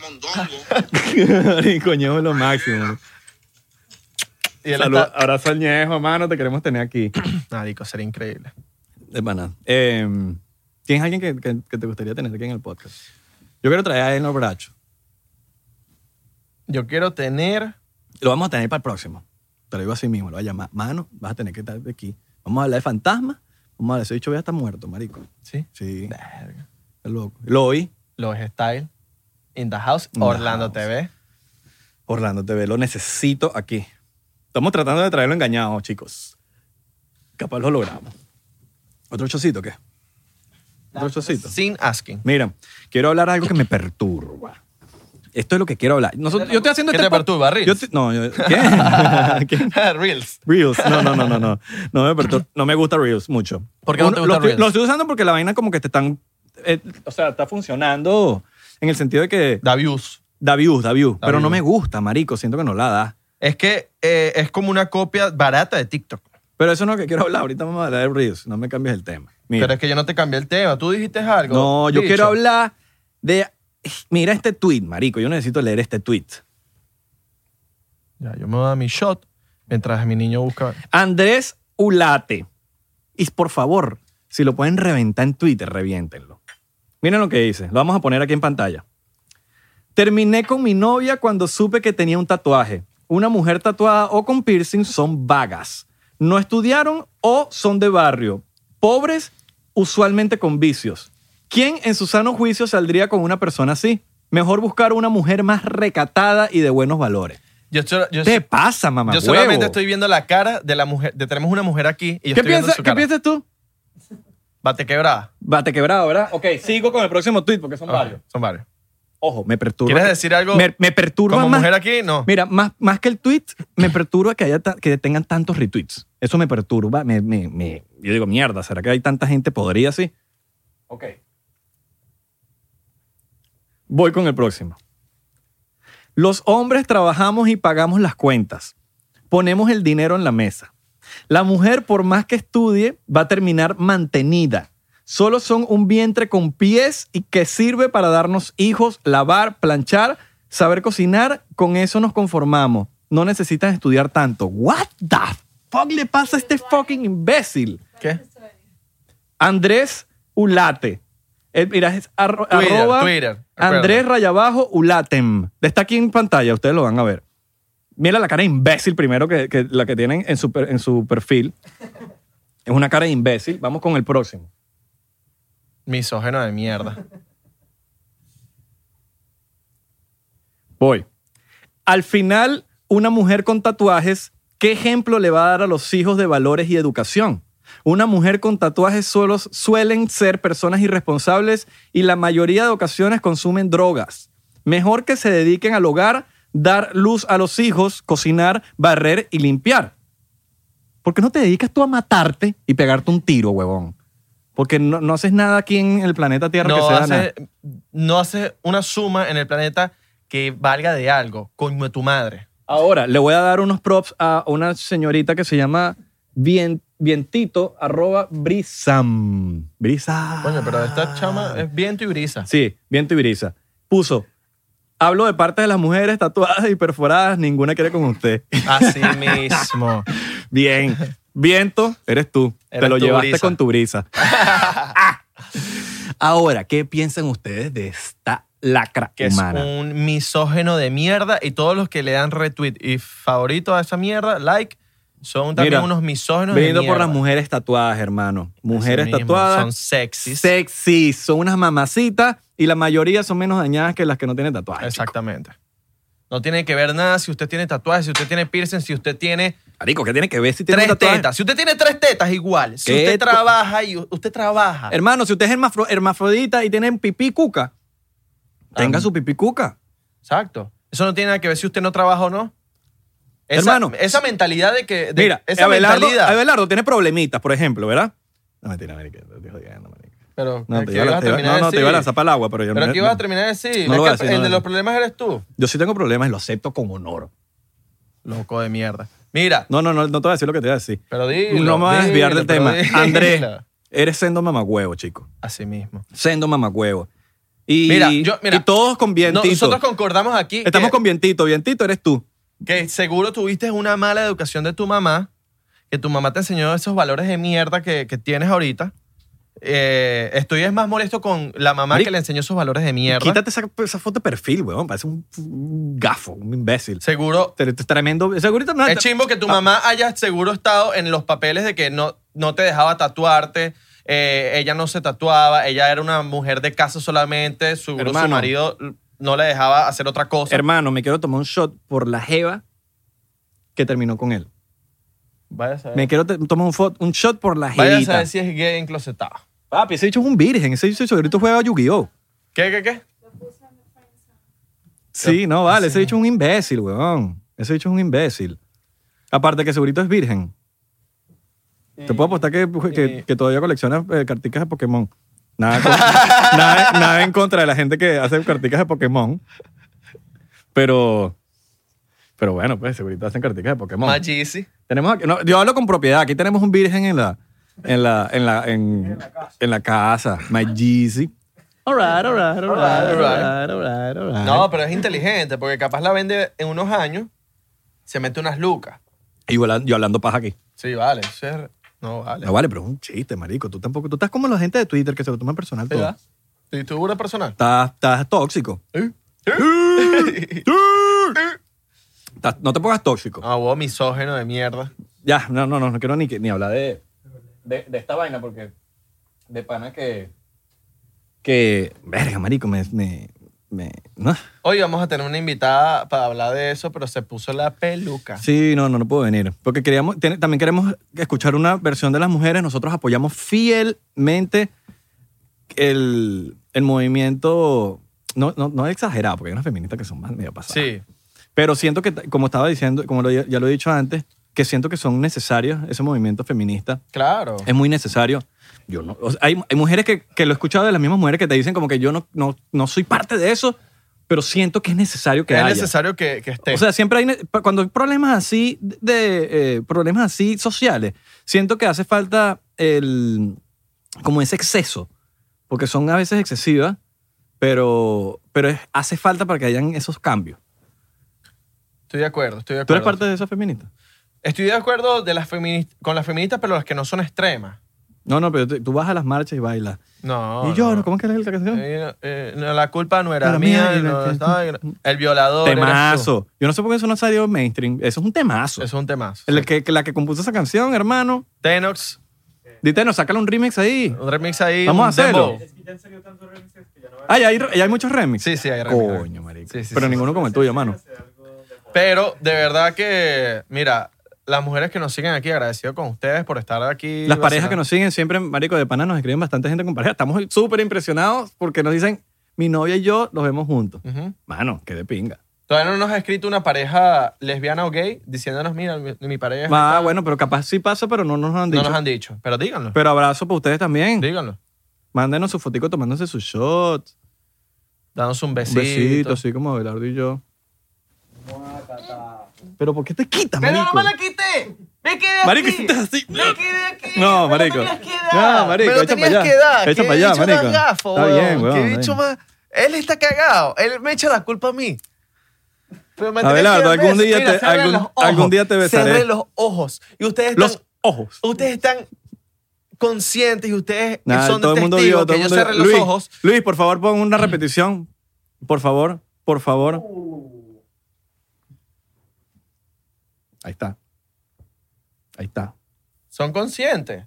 Speaker 4: mondongo.
Speaker 1: y coño, es lo máximo.
Speaker 2: Y él
Speaker 1: Salud,
Speaker 2: está-
Speaker 1: abrazo al ñejo, mano, te queremos tener aquí.
Speaker 2: Marico, sería increíble.
Speaker 1: De pana. Eh, ¿Tienes alguien que, que- que te gustaría tener aquí en el podcast? Yo quiero traer a Elnor Bracho.
Speaker 2: Yo quiero tener.
Speaker 1: Lo vamos a tener para el próximo. Te lo digo así mismo, lo voy a llamar. Mano, vas a tener que estar aquí. Vamos a hablar de fantasmas. Vamos a hablar de ese bicho, ya está muerto, marico.
Speaker 2: ¿Sí?
Speaker 1: Sí,
Speaker 2: Verga.
Speaker 1: es loco. Lo oí.
Speaker 2: Los Style. In the House.
Speaker 1: In the
Speaker 2: Orlando
Speaker 1: house.
Speaker 2: TV.
Speaker 1: Orlando TV, lo necesito aquí. Estamos tratando de traerlo engañado, chicos. Capaz lo logramos. ¿Otro chocito qué?
Speaker 2: pues,
Speaker 1: ¿Otro chocito?
Speaker 2: Sin asking.
Speaker 1: Mira, quiero hablar algo que me perturba. Esto es lo que quiero hablar. Nosotros- yo estoy haciendo
Speaker 2: ¿Qué
Speaker 1: este
Speaker 2: te
Speaker 1: po-
Speaker 2: perturba, Reels?
Speaker 1: Yo estoy- no, yo- ¿qué? ¿Qué?
Speaker 2: Reels.
Speaker 1: Reels. No, no, no, no, no. No me, pertur- no me gusta Reels mucho.
Speaker 2: ¿Por qué no
Speaker 1: Uno-
Speaker 2: te gusta
Speaker 1: lo estoy-
Speaker 2: Reels?
Speaker 1: Lo estoy usando porque la vaina como que te están... eh, o sea, está funcionando en el sentido de que
Speaker 2: Da views.
Speaker 1: da views, da views.
Speaker 2: Da
Speaker 1: pero no
Speaker 2: views.
Speaker 1: me gusta, marico. Siento que no la da.
Speaker 2: Es que eh, es como una copia barata de TikTok.
Speaker 1: Pero eso no es lo que quiero hablar. Ahorita vamos a hablar de Reels. No me cambies el tema. Mira.
Speaker 2: Pero es que yo no te cambié el tema. Tú dijiste algo.
Speaker 1: No, yo
Speaker 2: bicho.
Speaker 1: quiero hablar de... Mira este tweet, marico. Yo necesito leer este tweet.
Speaker 2: Ya, yo me voy a dar mi shot mientras mi niño busca.
Speaker 1: Andrés Ulate. Y por favor, si lo pueden reventar en Twitter, reviéntenlo. Miren lo que dice. Lo vamos a poner aquí en pantalla. Terminé con mi novia cuando supe que tenía un tatuaje. Una mujer tatuada o con piercing son vagas. No estudiaron o son de barrio. Pobres, usualmente con vicios. ¿Quién en su sano juicio saldría con una persona así? Mejor buscar una mujer más recatada y de buenos valores.
Speaker 2: Yo, solo- yo,
Speaker 1: ¿Qué te pasa, mamá?
Speaker 2: yo solamente estoy viendo la cara de la mujer. De, tenemos una mujer aquí y yo
Speaker 1: ¿Qué,
Speaker 2: estoy viendo
Speaker 1: piensa-
Speaker 2: su
Speaker 1: ¿Qué
Speaker 2: cara.
Speaker 1: piensas tú?
Speaker 2: Bate quebrada.
Speaker 1: Bate quebrado, ¿verdad? Ok, sigo con el próximo tweet porque son
Speaker 2: Ah,
Speaker 1: varios.
Speaker 2: Son varios.
Speaker 1: Ojo, me perturba.
Speaker 2: ¿Quieres
Speaker 1: que-
Speaker 2: decir algo
Speaker 1: Me, me perturba
Speaker 2: como
Speaker 1: más.
Speaker 2: mujer aquí? No.
Speaker 1: Mira, más, más que el tweet, me perturba que, haya ta- que tengan tantos retweets. Eso me perturba. Me, me- me- yo digo, mierda, ¿será que hay tanta gente podría así? Ok. Voy con el próximo. Los hombres trabajamos y pagamos las cuentas. Ponemos el dinero en la mesa. La mujer, por más que estudie, va a terminar mantenida. Solo son un vientre con pies y que sirve para darnos hijos, lavar, planchar, saber cocinar. Con eso nos conformamos. No necesitas estudiar tanto. What the fuck le pasa a este fucking imbécil?
Speaker 2: ¿Qué?
Speaker 1: Andrés Ulate. Eh, mira, es arro-
Speaker 2: Twitter,
Speaker 1: arroba
Speaker 2: Twitter. Acuérdate.
Speaker 1: Andrés Rayabajo Ulatem. Está aquí en pantalla, ustedes lo van a ver. Mira la cara de imbécil primero que, que la que tienen en su, per- en su perfil. Es una cara de imbécil. Vamos con el próximo.
Speaker 2: Misógeno de mierda.
Speaker 1: Voy. Al final, una mujer con tatuajes, ¿qué ejemplo le va a dar a los hijos de valores y educación? Una mujer con tatuajes solos suelen ser personas irresponsables y la mayoría de ocasiones consumen drogas. Mejor que se dediquen al hogar, dar luz a los hijos, cocinar, barrer y limpiar. ¿Por qué no te dedicas tú a matarte y pegarte un tiro, huevón? Porque no, no haces nada aquí en el planeta Tierra que
Speaker 2: No
Speaker 1: sea nada.
Speaker 2: hace, no hace una suma en el planeta que valga de algo. Coño de tu madre.
Speaker 1: Ahora, le voy a dar unos props a una señorita que se llama Bien- vientito arroba brisam. Brisa.
Speaker 2: Coño, pero esta chama es viento y brisa.
Speaker 1: Ah. Sí, viento y brisa. Puso, hablo de parte de las mujeres tatuadas y perforadas, ninguna quiere con usted.
Speaker 2: Así mismo.
Speaker 1: Bien, viento, eres tú. Te
Speaker 2: Eres
Speaker 1: lo
Speaker 2: tu
Speaker 1: llevaste
Speaker 2: brisa.
Speaker 1: con tu brisa. Ahora, ¿qué piensan ustedes de esta lacra
Speaker 2: Que es
Speaker 1: humana?
Speaker 2: un misógeno de mierda y todos los que le dan retweet y favorito a esa mierda, like, son también
Speaker 1: Mira,
Speaker 2: unos misógenos de
Speaker 1: Venido por
Speaker 2: mierda.
Speaker 1: las mujeres tatuadas, hermano. Mujeres
Speaker 2: Así mismo,
Speaker 1: tatuadas.
Speaker 2: Son sexys.
Speaker 1: sexy, son unas mamacitas y la mayoría son menos dañadas que las que no tienen tatuajes.
Speaker 2: Exactamente. No tiene que ver nada si usted tiene tatuajes, si usted tiene piercing, si usted tiene
Speaker 1: chico. Marico, ¿qué tiene que ver si tiene
Speaker 2: tres
Speaker 1: un tatuaje?
Speaker 2: tetas. Si usted tiene tres tetas, igual. Si
Speaker 1: ¿Qué
Speaker 2: usted
Speaker 1: co-
Speaker 2: trabaja y usted trabaja.
Speaker 1: Hermano, si usted es hermafro- hermafrodita y tiene pipí cuca, tenga
Speaker 2: Am-
Speaker 1: su pipí cuca.
Speaker 2: Exacto. Eso no tiene nada que ver si usted no trabaja o no. Esa,
Speaker 1: Hermano.
Speaker 2: Esa mentalidad de que. de-
Speaker 1: Mira,
Speaker 2: esa
Speaker 1: Abelardo,
Speaker 2: mentalidad.
Speaker 1: Abelardo tiene problemitas, por ejemplo, ¿verdad? No, mentira, marica, te estoy jodiendo, marica.
Speaker 2: pero
Speaker 1: No,
Speaker 2: ¿qué-
Speaker 1: te
Speaker 2: qué
Speaker 1: iba a-
Speaker 2: ibas a
Speaker 1: te iba-
Speaker 2: terminar
Speaker 1: no,
Speaker 2: de
Speaker 1: no, te iba a
Speaker 2: decir?
Speaker 1: lanzar para el agua, pero yo
Speaker 2: Pero
Speaker 1: no-
Speaker 2: que ibas a terminar de decir.
Speaker 1: No lo
Speaker 2: Es
Speaker 1: voy
Speaker 2: que
Speaker 1: a decir, no lo
Speaker 2: el de
Speaker 1: voy a
Speaker 2: los
Speaker 1: decir.
Speaker 2: problemas eres tú.
Speaker 1: Yo sí tengo problemas y lo acepto con honor.
Speaker 2: Loco de mierda. Mira,
Speaker 1: No, no, no, no te voy a decir lo que te voy a decir.
Speaker 2: pero dilo.
Speaker 1: no me voy a desviar
Speaker 2: dilo,
Speaker 1: del
Speaker 2: pero
Speaker 1: tema.
Speaker 2: dilo.
Speaker 1: Andrés, eres sendo mamagüevo, chico.
Speaker 2: Así mismo.
Speaker 1: Sendo mamagüevo. Y,
Speaker 2: Mira, yo- mira,
Speaker 1: y todos con vientito.
Speaker 2: Nosotros concordamos aquí.
Speaker 1: Estamos
Speaker 2: que-
Speaker 1: con vientito. Vientito eres tú.
Speaker 2: que seguro tuviste una mala educación de tu mamá, que tu mamá te enseñó esos valores de mierda que, que tienes ahorita. Eh, estoy es más molesto con la mamá
Speaker 1: Marico,
Speaker 2: que le enseñó esos valores de mierda.
Speaker 1: Quítate esa, esa foto de perfil, weón. Parece un, un gafo, un imbécil.
Speaker 2: Seguro
Speaker 1: Tre- Tremendo. Segurito no.
Speaker 2: es chimbo que tu mamá haya seguro estado en los papeles de que no, no te dejaba tatuarte. eh, ella no se tatuaba, ella era una mujer de casa solamente, seguro su
Speaker 1: Hermano.
Speaker 2: marido no le dejaba hacer otra cosa.
Speaker 1: Hermano, me quiero tomar un shot por la jeva que terminó con él.
Speaker 2: Vaya a saber.
Speaker 1: Me quiero te- tomar un, fo- un shot por la
Speaker 2: Vaya a saber
Speaker 1: jevita.
Speaker 2: si es gay enclosetado.
Speaker 1: Papi, ese bicho es un virgen. Ese bicho segurito juega a Yu-Gi-Oh!
Speaker 2: ¿Qué, qué, qué?
Speaker 1: Sí, no, vale. Ese bicho es un imbécil, weón. Ese bicho es un imbécil. Aparte que segurito es virgen. Te puedo apostar que, pues, que,
Speaker 2: y-
Speaker 1: que todavía coleccionas eh, carticas de Pokémon. Nada, en contra- nada- nada en contra de la gente que hace carticas de Pokémon. Pero, pero bueno, pues segurito hacen carticas de Pokémon.
Speaker 2: Más Yeezy.
Speaker 1: Tenemos aquí- no, yo hablo con propiedad. Aquí tenemos un virgen en la, en la, en la, en, en la casa. My Jeezy. All right, all right, all right, all right, all right, all right.
Speaker 2: No, pero es inteligente, porque capaz la vende en unos años, se mete unas lucas.
Speaker 1: Y yo hablando- yo hablando paja aquí.
Speaker 2: Sí, vale. eso es- No, vale.
Speaker 1: No vale, pero es un chiste, marico. Tú tampoco. Tú estás como la gente de Twitter que se lo toman personal todo.
Speaker 2: ¿Verdad? ¿Y tu bura personal?
Speaker 1: Estás, estás tóxico.
Speaker 2: ¿Eh?
Speaker 1: Estás- no te pongas tóxico.
Speaker 2: Ah, vos misógeno de mierda.
Speaker 1: Ya, no, no, no, no quiero ni, que- ni hablar de, de, de esta vaina porque de pana que. Que. Verga, marico, me. me, me- no.
Speaker 2: Hoy vamos a tener una invitada para hablar de eso, pero se puso la peluca.
Speaker 1: Sí, no, no, no puedo venir. Porque queríamos, tiene- también queremos escuchar una versión de las mujeres. Nosotros apoyamos fielmente el, el movimiento. No, no, no exagerado, porque hay unas feministas que son más medio pasadas.
Speaker 2: Sí.
Speaker 1: Pero siento que, como estaba diciendo, como lo- ya lo he dicho antes, que siento que son necesarios ese movimiento feminista.
Speaker 2: claro.
Speaker 1: Es muy necesario. Yo no, o sea, hay, hay mujeres que, que lo he escuchado de las mismas mujeres que te dicen como que yo no, no, no soy parte de eso, pero siento que es necesario que
Speaker 2: es
Speaker 1: haya.
Speaker 2: necesario que, que esté.
Speaker 1: O sea, siempre hay, ne- pa- cuando hay problemas así, de, eh, problemas así sociales, siento que hace falta el, como ese exceso, porque son a veces excesivas, pero, pero es- hace falta para que hayan esos cambios.
Speaker 2: estoy de acuerdo, estoy de
Speaker 1: ¿Tú
Speaker 2: acuerdo.
Speaker 1: eres parte de esas feministas?
Speaker 2: Estoy de acuerdo de las femini- con las feministas, pero las que no son extremas.
Speaker 1: No, no, pero tú- tú vas a las marchas y bailas.
Speaker 2: No.
Speaker 1: y yo,
Speaker 2: no.
Speaker 1: ¿cómo es que es la canción?
Speaker 2: Eh, eh, no, la culpa no era
Speaker 1: Era
Speaker 2: mía.
Speaker 1: mía y la
Speaker 2: no,
Speaker 1: que-
Speaker 2: estaba- el violador. eras tú.
Speaker 1: Temazo. Yo no sé por qué eso no salió mainstream. Eso es un temazo.
Speaker 2: Es un temazo.
Speaker 1: El que, que la que compuso esa canción, hermano.
Speaker 2: Tenox,
Speaker 1: Dite, no, sácale un remix ahí.
Speaker 2: un remix ahí.
Speaker 1: Vamos
Speaker 2: un
Speaker 1: a hacerlo.
Speaker 2: dembow.
Speaker 1: Ay, hay, re- hay muchos remixes.
Speaker 2: Eh. Sí, sí, hay remix.
Speaker 1: Coño, marico.
Speaker 2: Sí, sí,
Speaker 1: Pero
Speaker 2: sí.
Speaker 1: ninguno como el tuyo, mano.
Speaker 2: Pero de verdad que, mira, las mujeres que nos siguen aquí, agradecido con ustedes por estar aquí.
Speaker 1: Las parejas que
Speaker 2: vacilando.
Speaker 1: nos siguen siempre, marico, de pana nos escriben bastante gente con pareja. Estamos súper impresionados porque nos dicen, mi novia y yo los vemos juntos.
Speaker 2: Ujú.
Speaker 1: Mano, qué de pinga.
Speaker 2: Todavía no nos ha escrito una pareja lesbiana o gay diciéndonos, mira, mi, mi pareja. es
Speaker 1: Ah,
Speaker 2: lesbiana.
Speaker 1: bueno, pero capaz sí pasa, pero no nos han
Speaker 2: No
Speaker 1: dicho.
Speaker 2: nos han dicho. Pero díganlo.
Speaker 1: Pero abrazo para ustedes también.
Speaker 2: díganlo.
Speaker 1: Mándenos su fotico tomándose su shot.
Speaker 2: Danos un
Speaker 1: Un
Speaker 2: besito.
Speaker 1: besito, así como Abelardo y yo. Pero ¿por qué te quitas,
Speaker 2: ¡Pero no
Speaker 1: marico?
Speaker 2: me la quité! Me quedé aquí.
Speaker 1: Marico, estás así.
Speaker 2: Me quedé aquí.
Speaker 1: No,
Speaker 2: me lo
Speaker 1: marico.
Speaker 2: tenías que dar.
Speaker 1: No, marico,
Speaker 2: Me lo
Speaker 1: echa
Speaker 2: tenías
Speaker 1: para allá.
Speaker 2: que dar.
Speaker 1: Echa
Speaker 2: Qué
Speaker 1: para allá,
Speaker 2: bicho más
Speaker 1: marico.
Speaker 2: gafo,
Speaker 1: Está
Speaker 2: weón.
Speaker 1: bien, weón,
Speaker 2: Qué
Speaker 1: está
Speaker 2: bicho
Speaker 1: bien.
Speaker 2: más... Él está cagado. Él me echa la culpa a mí. Pero me tenía que
Speaker 1: Abelardo,
Speaker 2: dar
Speaker 1: algún
Speaker 2: beso.
Speaker 1: día
Speaker 2: Mira,
Speaker 1: te-
Speaker 2: cerré
Speaker 1: algún-
Speaker 2: los ojos.
Speaker 1: algún día te besaré.
Speaker 2: Cerré los ojos. Y ustedes están...
Speaker 1: Los ojos.
Speaker 2: Ustedes están conscientes y ustedes
Speaker 1: Nah,
Speaker 2: son
Speaker 1: todo el mundo
Speaker 2: testigos
Speaker 1: vio, todo
Speaker 2: que
Speaker 1: el
Speaker 2: yo
Speaker 1: mundo
Speaker 2: cerré
Speaker 1: vio.
Speaker 2: los
Speaker 1: Luis,
Speaker 2: ojos.
Speaker 1: Luis, por favor, pon una repetición. Por favor, por favor. Ahí está. Ahí está.
Speaker 2: Son conscientes.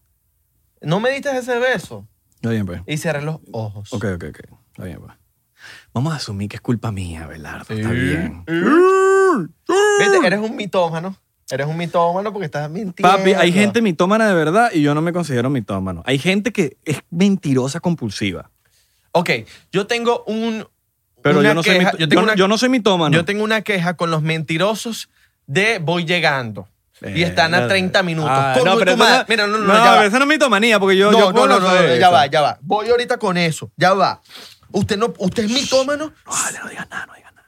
Speaker 2: No me diste ese beso.
Speaker 1: Está bien, pues.
Speaker 2: Y cerré los ojos.
Speaker 1: Ok, ok, ok. Está bien, pues. Vamos a asumir que es culpa mía, Abelardo. Está
Speaker 2: Sí.
Speaker 1: bien.
Speaker 2: Viste, eres un mitómano. Eres un mitómano porque estás mintiendo.
Speaker 1: Papi, hay gente mitómana de verdad y yo no me considero mitómano. Hay gente que es mentirosa compulsiva.
Speaker 2: Ok, yo tengo un.
Speaker 1: Pero
Speaker 2: una
Speaker 1: yo no, soy
Speaker 2: queja-
Speaker 1: mito-
Speaker 2: yo tengo
Speaker 1: yo no-
Speaker 2: una-
Speaker 1: yo no soy mitómano.
Speaker 2: yo tengo una queja con los mentirosos de voy llegando. Y están a
Speaker 1: Eh,
Speaker 2: 30 minutos.
Speaker 1: ah,
Speaker 2: Coño,
Speaker 1: no, pero
Speaker 2: tu
Speaker 1: eso
Speaker 2: madre.
Speaker 1: no-
Speaker 2: Mira, no, no,
Speaker 1: no,
Speaker 2: ya
Speaker 1: pero
Speaker 2: va.
Speaker 1: eso no es mitomanía, porque yo.
Speaker 2: no,
Speaker 1: yo
Speaker 2: no,
Speaker 1: puedo
Speaker 2: no, no,
Speaker 1: saber
Speaker 2: no, ya
Speaker 1: eso.
Speaker 2: va, ya va. Voy ahorita con eso, ya va. Usted no, usted es mitómano,
Speaker 1: No, vale, no digas nada, no digas nada.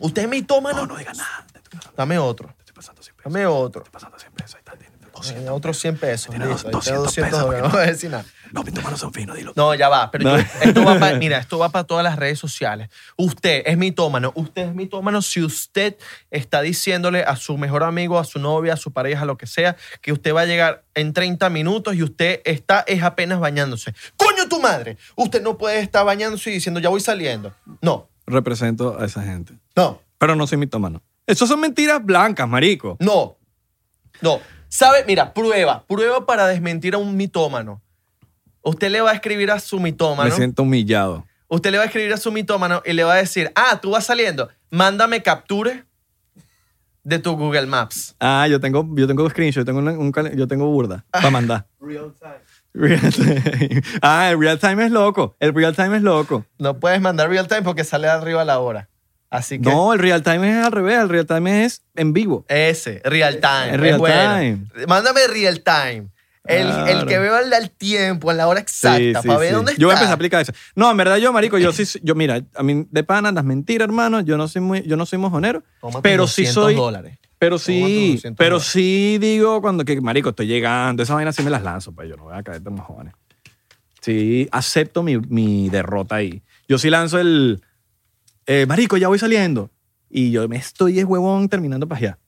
Speaker 2: usted es mitómano.
Speaker 1: No, no digas nada. Te estoy pasando-
Speaker 2: Dame otro,
Speaker 1: te estoy pasando 100 pesos.
Speaker 2: dame otro.
Speaker 1: Te estoy pasando 100 pesos. Ahí está, tiene 200.
Speaker 2: Dame otros 100 pesos.
Speaker 1: Tiene
Speaker 2: listo, ahí
Speaker 1: dos-
Speaker 2: te doy
Speaker 1: 200 pesos,
Speaker 2: dólares,
Speaker 1: porque
Speaker 2: no voy a decir nada.
Speaker 1: Los mitómanos son finos, dilo.
Speaker 2: No, ya va, pero
Speaker 1: No.
Speaker 2: yo- esto va para, mira, esto va para todas las redes sociales. Usted es mitómano, usted es mitómano si usted está diciéndole a su mejor amigo, a su novia, a su pareja, lo que sea, que usted va a llegar en 30 minutos y usted está es apenas bañándose. ¡Coño tu madre! Usted no puede estar bañándose y diciendo, ya voy saliendo. No,
Speaker 1: Represento a esa gente.
Speaker 2: no,
Speaker 1: Pero no soy mitómano. Esas son mentiras blancas, marico.
Speaker 2: no, no. ¿Sabe? Mira, prueba, prueba para desmentir a un mitómano. Usted le va a escribir a su mitómano.
Speaker 1: Me siento humillado.
Speaker 2: Usted le va a escribir a su mitómano y le va a decir, ah, tú vas saliendo, mándame capture de tu Google Maps.
Speaker 1: Ah, yo tengo, yo tengo screenshot, yo tengo, una- un cal- yo tengo burda para mandar. Real time. Ah, el real time es loco. El real time es loco.
Speaker 2: No puedes mandar real time porque sale arriba la hora. Así que
Speaker 1: No, el real time es al revés. El real time es en vivo.
Speaker 2: ese, real time.
Speaker 1: Eh, Real
Speaker 2: es bueno.
Speaker 1: time.
Speaker 2: Mándame real time. El,
Speaker 1: Claro.
Speaker 2: el que vea el tiempo, en la hora exacta,
Speaker 1: Sí, sí,
Speaker 2: para ver
Speaker 1: sí.
Speaker 2: dónde está.
Speaker 1: Yo voy a empezar a aplicar eso. No, en verdad yo, marico, yo sí, yo mira, a mí de pana, las mentiras, hermano, yo no soy muy, yo no soy mojonero,
Speaker 2: Toma tus
Speaker 1: pero sí
Speaker 2: 200
Speaker 1: soy,
Speaker 2: dólares.
Speaker 1: pero
Speaker 2: Toma tus
Speaker 1: sí,
Speaker 2: 200
Speaker 1: pero
Speaker 2: dólares.
Speaker 1: sí digo cuando que, marico, estoy llegando, esas vainas sí me las lanzo, pues yo no voy a caer de mojones. Sí, acepto mi, mi derrota ahí. Yo sí lanzo el, eh, marico, ya voy saliendo y yo me estoy es huevón terminando para allá.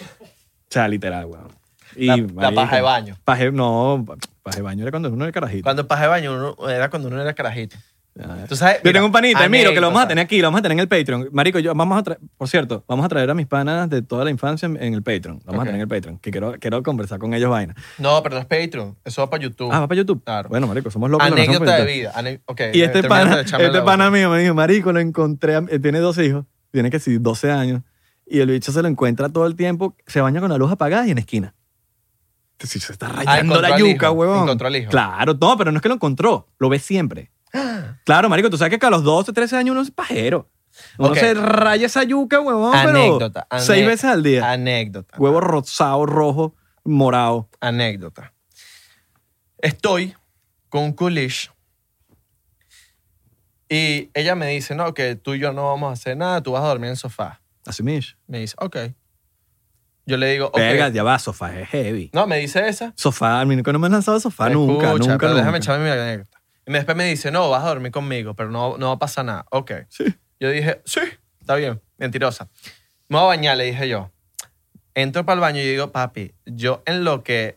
Speaker 1: O sea, literal, huevón. Y,
Speaker 2: La- la paja de baño.
Speaker 1: paja- no, pa- paja de baño era cuando uno era carajito.
Speaker 2: Cuando pasé baño uno- era cuando uno era carajito.
Speaker 1: Ah,
Speaker 2: Tú sabes,
Speaker 1: yo
Speaker 2: mira,
Speaker 1: tengo un panita, miro que lo ¿eh? vamos a
Speaker 2: anécdota.
Speaker 1: tener aquí, lo vamos a tener en el Patreon. Marico, yo vamos a traer, por cierto, vamos a traer a mis panas de toda la infancia en, en el Patreon. Lo Vamos
Speaker 2: Ok.
Speaker 1: a tener en el Patreon, que quiero, quiero conversar con ellos vaina.
Speaker 2: No, pero no es Patreon. Eso va para YouTube.
Speaker 1: Ah, va para YouTube.
Speaker 2: Claro.
Speaker 1: Bueno, marico, somos locos. pues, los que no somos
Speaker 2: Anécdota de
Speaker 1: para YouTube.
Speaker 2: vida. ane- ok,
Speaker 1: Y este
Speaker 2: termina
Speaker 1: pana,
Speaker 2: de echarme
Speaker 1: este
Speaker 2: la
Speaker 1: pana
Speaker 2: boca.
Speaker 1: mío me dijo, marico, lo encontré, a- él tiene dos hijos, tiene que sí, 12 años, y el bicho se lo encuentra todo el tiempo, se baña con la luz apagada y en esquina. Entonces, se está rayando
Speaker 2: Ah, encontró
Speaker 1: la
Speaker 2: al
Speaker 1: yuca,
Speaker 2: hijo,
Speaker 1: huevón.
Speaker 2: encontró al hijo.
Speaker 1: Claro, no, pero no es que lo encontró, lo ve siempre. Claro, marico, tú sabes que a los 12, 13 años uno es pajero. Uno
Speaker 2: Ok.
Speaker 1: se raya esa yuca, huevón,
Speaker 2: Anécdota. Ah.
Speaker 1: pero
Speaker 2: ane-
Speaker 1: seis veces al día.
Speaker 2: Anécdota.
Speaker 1: Huevo rosado, rojo, morado.
Speaker 2: Anécdota. Estoy con un coolish y ella me dice, no, que tú y yo no vamos a hacer nada, tú vas a dormir en el sofá.
Speaker 1: Así mismo.
Speaker 2: Me dice, ok. Yo le digo, ok.
Speaker 1: Verga, ya va, sofá es heavy.
Speaker 2: No, me dice esa.
Speaker 1: Sofá, nunca no me han lanzado sofá, Ah, nunca,
Speaker 2: Escucha,
Speaker 1: nunca,
Speaker 2: pero déjame
Speaker 1: nunca.
Speaker 2: echarme mi anécdota. Y me- después me dice, no, vas a dormir conmigo, pero no, no va a pasar nada. Ok.
Speaker 1: Sí.
Speaker 2: Yo dije, sí, está bien, mentirosa. Me voy a bañar, le dije yo. Entro para el baño y digo, papi, yo en lo que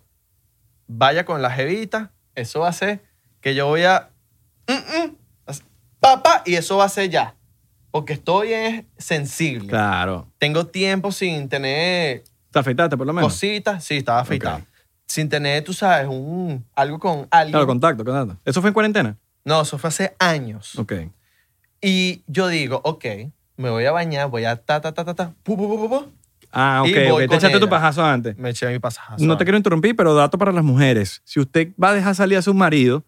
Speaker 2: vaya con la jevita, eso va a ser que yo voy a... mm, mm, as- papá, y eso va a ser ya. Porque estoy es sensible.
Speaker 1: Claro.
Speaker 2: Tengo tiempo sin tener
Speaker 1: ¿Te afeitaste por lo menos?
Speaker 2: cositas. Sí, estaba afeitado.
Speaker 1: Ok.
Speaker 2: Sin tener, tú sabes, un, algo con alguien.
Speaker 1: Claro, contacto, contacto. ¿Eso fue en cuarentena?
Speaker 2: No, eso fue hace años.
Speaker 1: Ok.
Speaker 2: Y yo digo, ok, me voy a bañar, voy a ta, ta, ta, ta, ta, pu, pu, pu, pu, pu.
Speaker 1: Ah, ok,
Speaker 2: Y voy
Speaker 1: ok. Te
Speaker 2: con
Speaker 1: echaste tu
Speaker 2: ella.
Speaker 1: pajazo antes.
Speaker 2: Me eché mi pasajazo.
Speaker 1: No te quiero interrumpir, pero dato para las mujeres. Si usted va a dejar salir a su marido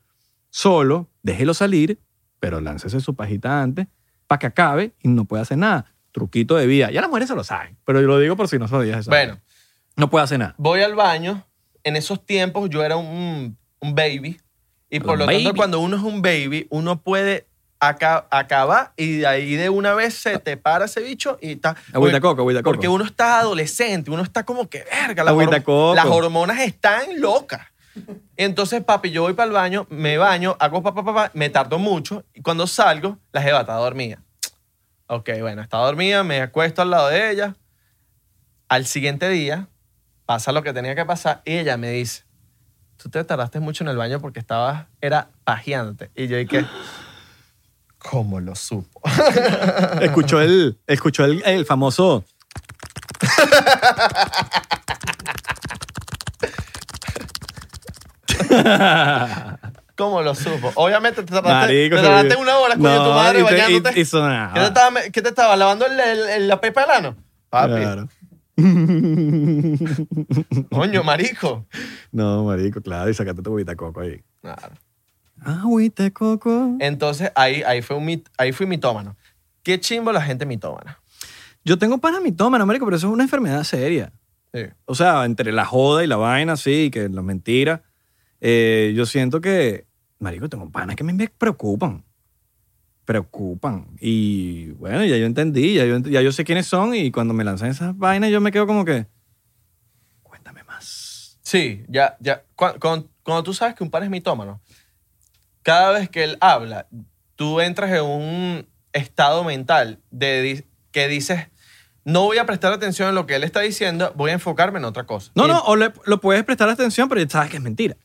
Speaker 1: solo, déjelo salir, pero láncese su pajita antes para que acabe y no puede hacer nada. Truquito de vida. Ya las mujeres se lo saben, pero yo lo digo por si no sabías eso.
Speaker 2: Bueno,
Speaker 1: No puede hacer nada.
Speaker 2: voy al baño. En esos tiempos yo era un, un baby. Y por
Speaker 1: Un
Speaker 2: lo
Speaker 1: baby.
Speaker 2: tanto, cuando uno es un baby, uno puede aca- acaba y de ahí de una vez se te para ese bicho y está.
Speaker 1: Agüita coco, agüita coco.
Speaker 2: Porque uno está adolescente, uno está como que verga. Las,
Speaker 1: Agüita
Speaker 2: horm-
Speaker 1: coco.
Speaker 2: las hormonas están locas. Entonces, papi, yo voy para el baño, me baño, hago papá, papá, me tardo mucho y cuando salgo, la jeva está dormida. Ok, bueno, está dormida, me acuesto al lado de ella. Al siguiente día, pasa lo que tenía que pasar y ella me dice, tú te tardaste mucho en el baño porque estabas, era pajeante. Y yo dije, ¿cómo lo supo?
Speaker 1: Escuchó el, escuchó el, el famoso.
Speaker 2: ¿Cómo lo supo? Obviamente te tardaste,
Speaker 1: Marico,
Speaker 2: te
Speaker 1: se
Speaker 2: tardaste
Speaker 1: volvió.
Speaker 2: una hora con
Speaker 1: No,
Speaker 2: tu madre
Speaker 1: y te- y-
Speaker 2: bañándote.
Speaker 1: y Ah. sonaba.
Speaker 2: ¿Qué te estaba, qué te estaba, lavando el- el- el- la pepa del ano? Papi,
Speaker 1: Claro.
Speaker 2: coño, marico.
Speaker 1: No, marico, claro, y sacaste tu agüita coco ahí.
Speaker 2: Claro.
Speaker 1: Agüita coco.
Speaker 2: Entonces ahí, ahí, fue un mit- ahí fui mitómano. Qué chimbo la gente mitómana.
Speaker 1: Yo tengo panas mitómanos, marico, pero eso es una enfermedad seria.
Speaker 2: Sí.
Speaker 1: O sea, entre la joda y la vaina, sí, y que las mentiras. eh, yo siento que, marico, tengo panas que me preocupan. Preocupan. Y bueno, ya yo entendí, ya yo, ent- ya yo sé quiénes son y cuando me lanzan esas vainas yo me quedo como que, cuéntame más.
Speaker 2: Sí, ya, ya. Cuando, cuando, tú sabes que un pan es mitómano, cada vez que él habla, tú entras en un estado mental de, di- que dices, no voy a prestar atención a lo que él está diciendo, voy a enfocarme en otra cosa.
Speaker 1: No,
Speaker 2: Y,
Speaker 1: no, o le- lo puedes prestar atención, pero ya sabes que es mentira.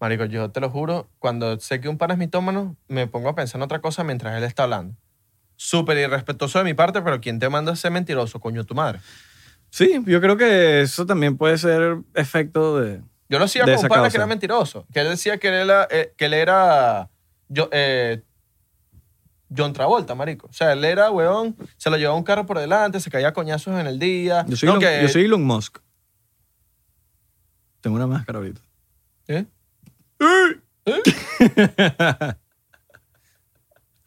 Speaker 2: Marico, yo te lo juro, cuando sé que un pan es mitómano, me pongo a pensar en otra cosa mientras él está hablando. Súper irrespetuoso de mi parte, pero ¿quién te manda a ser mentiroso, coño, tu madre?
Speaker 1: Sí, yo creo que eso también puede ser efecto de...
Speaker 2: Yo lo hacía
Speaker 1: De
Speaker 2: con un
Speaker 1: esa
Speaker 2: pana
Speaker 1: causa.
Speaker 2: que era mentiroso. Que él decía que él era, eh, que él era yo, eh, John Travolta, marico. O sea, él era, weón, se lo llevaba un carro por delante, se caía a coñazos en el día.
Speaker 1: Yo soy,
Speaker 2: No,
Speaker 1: Elon,
Speaker 2: que-
Speaker 1: yo soy Elon Musk. Tengo una máscara ahorita.
Speaker 2: ¿Eh?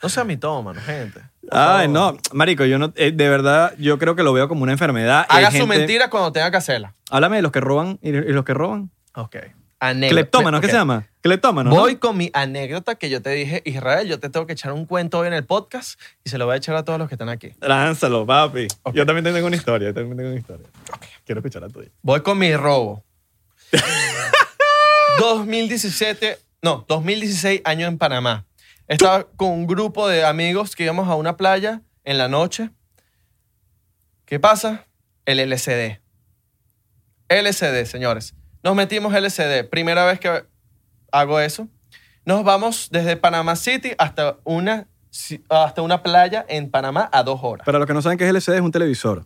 Speaker 2: No sea mitómano, gente. Por
Speaker 1: Ay,
Speaker 2: favor.
Speaker 1: no, marico, yo no, eh, de verdad, yo creo que lo veo como una enfermedad. Hay
Speaker 2: Haga su
Speaker 1: gente-
Speaker 2: mentira cuando tenga que hacerla.
Speaker 1: Háblame de los que roban y, y los que roban.
Speaker 2: Ok. Anécdota.
Speaker 1: Cleptómanos, ¿qué
Speaker 2: Ok.
Speaker 1: se llama? Cleptómanos. ¿no?
Speaker 2: Voy con mi anécdota que yo te dije, Israel, yo te tengo que echar un cuento hoy en el podcast y se lo voy a echar a todos los que están aquí.
Speaker 1: Lánzalo, papi.
Speaker 2: Ok.
Speaker 1: Yo también tengo una historia, yo también tengo una historia. Quiero escuchar la tuya.
Speaker 2: Voy con mi robo. 2017, no, 2016, año en Panamá. Estaba con un grupo de amigos que íbamos a una playa en la noche. ¿Qué pasa? El LCD. LCD, señores. Nos metimos LCD. Primera vez que hago eso. Nos vamos desde Panamá City hasta una, ci- hasta una playa en Panamá a dos horas.
Speaker 1: Para los que no saben qué es LCD, es un televisor.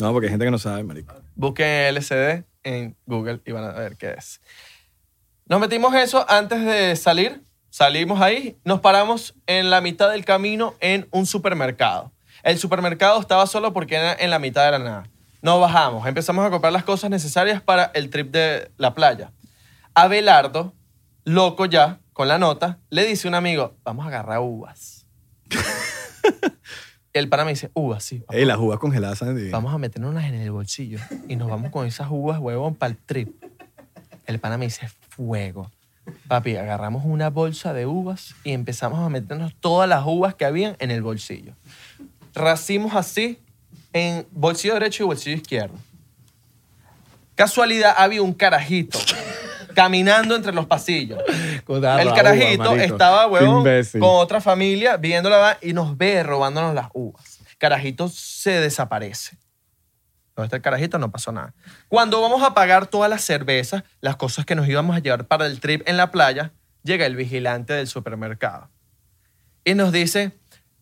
Speaker 1: no, porque hay gente que no sabe, marico.
Speaker 2: Busquen LCD en Google y van a ver qué es. Nos metimos eso antes de salir. Salimos ahí, nos paramos en la mitad del camino en un supermercado. El supermercado estaba solo porque era en la mitad de la nada. Nos bajamos, empezamos a comprar las cosas necesarias para el trip de la playa. Abelardo, loco ya, con la nota, le dice a un amigo, vamos a agarrar uvas. el pana me dice, uvas, sí. vamos
Speaker 1: Ey, las uvas congeladas saben divino.
Speaker 2: Vamos a meternos en el bolsillo y nos vamos con esas uvas, huevón, para el trip. El pana me dice, fuego. Papi, agarramos una bolsa de uvas y empezamos a meternos todas las uvas que habían en el bolsillo. Racimos así en bolsillo derecho y bolsillo izquierdo. Casualidad, había un carajito caminando entre los pasillos. El carajito estaba, huevón, con otra familia viéndola va- y nos ve robándonos las uvas. Carajito se desaparece. ¿Dónde está el carajito? No pasó nada. Cuando vamos a pagar todas las cervezas, las cosas que nos íbamos a llevar para el trip en la playa, llega el vigilante del supermercado y nos dice,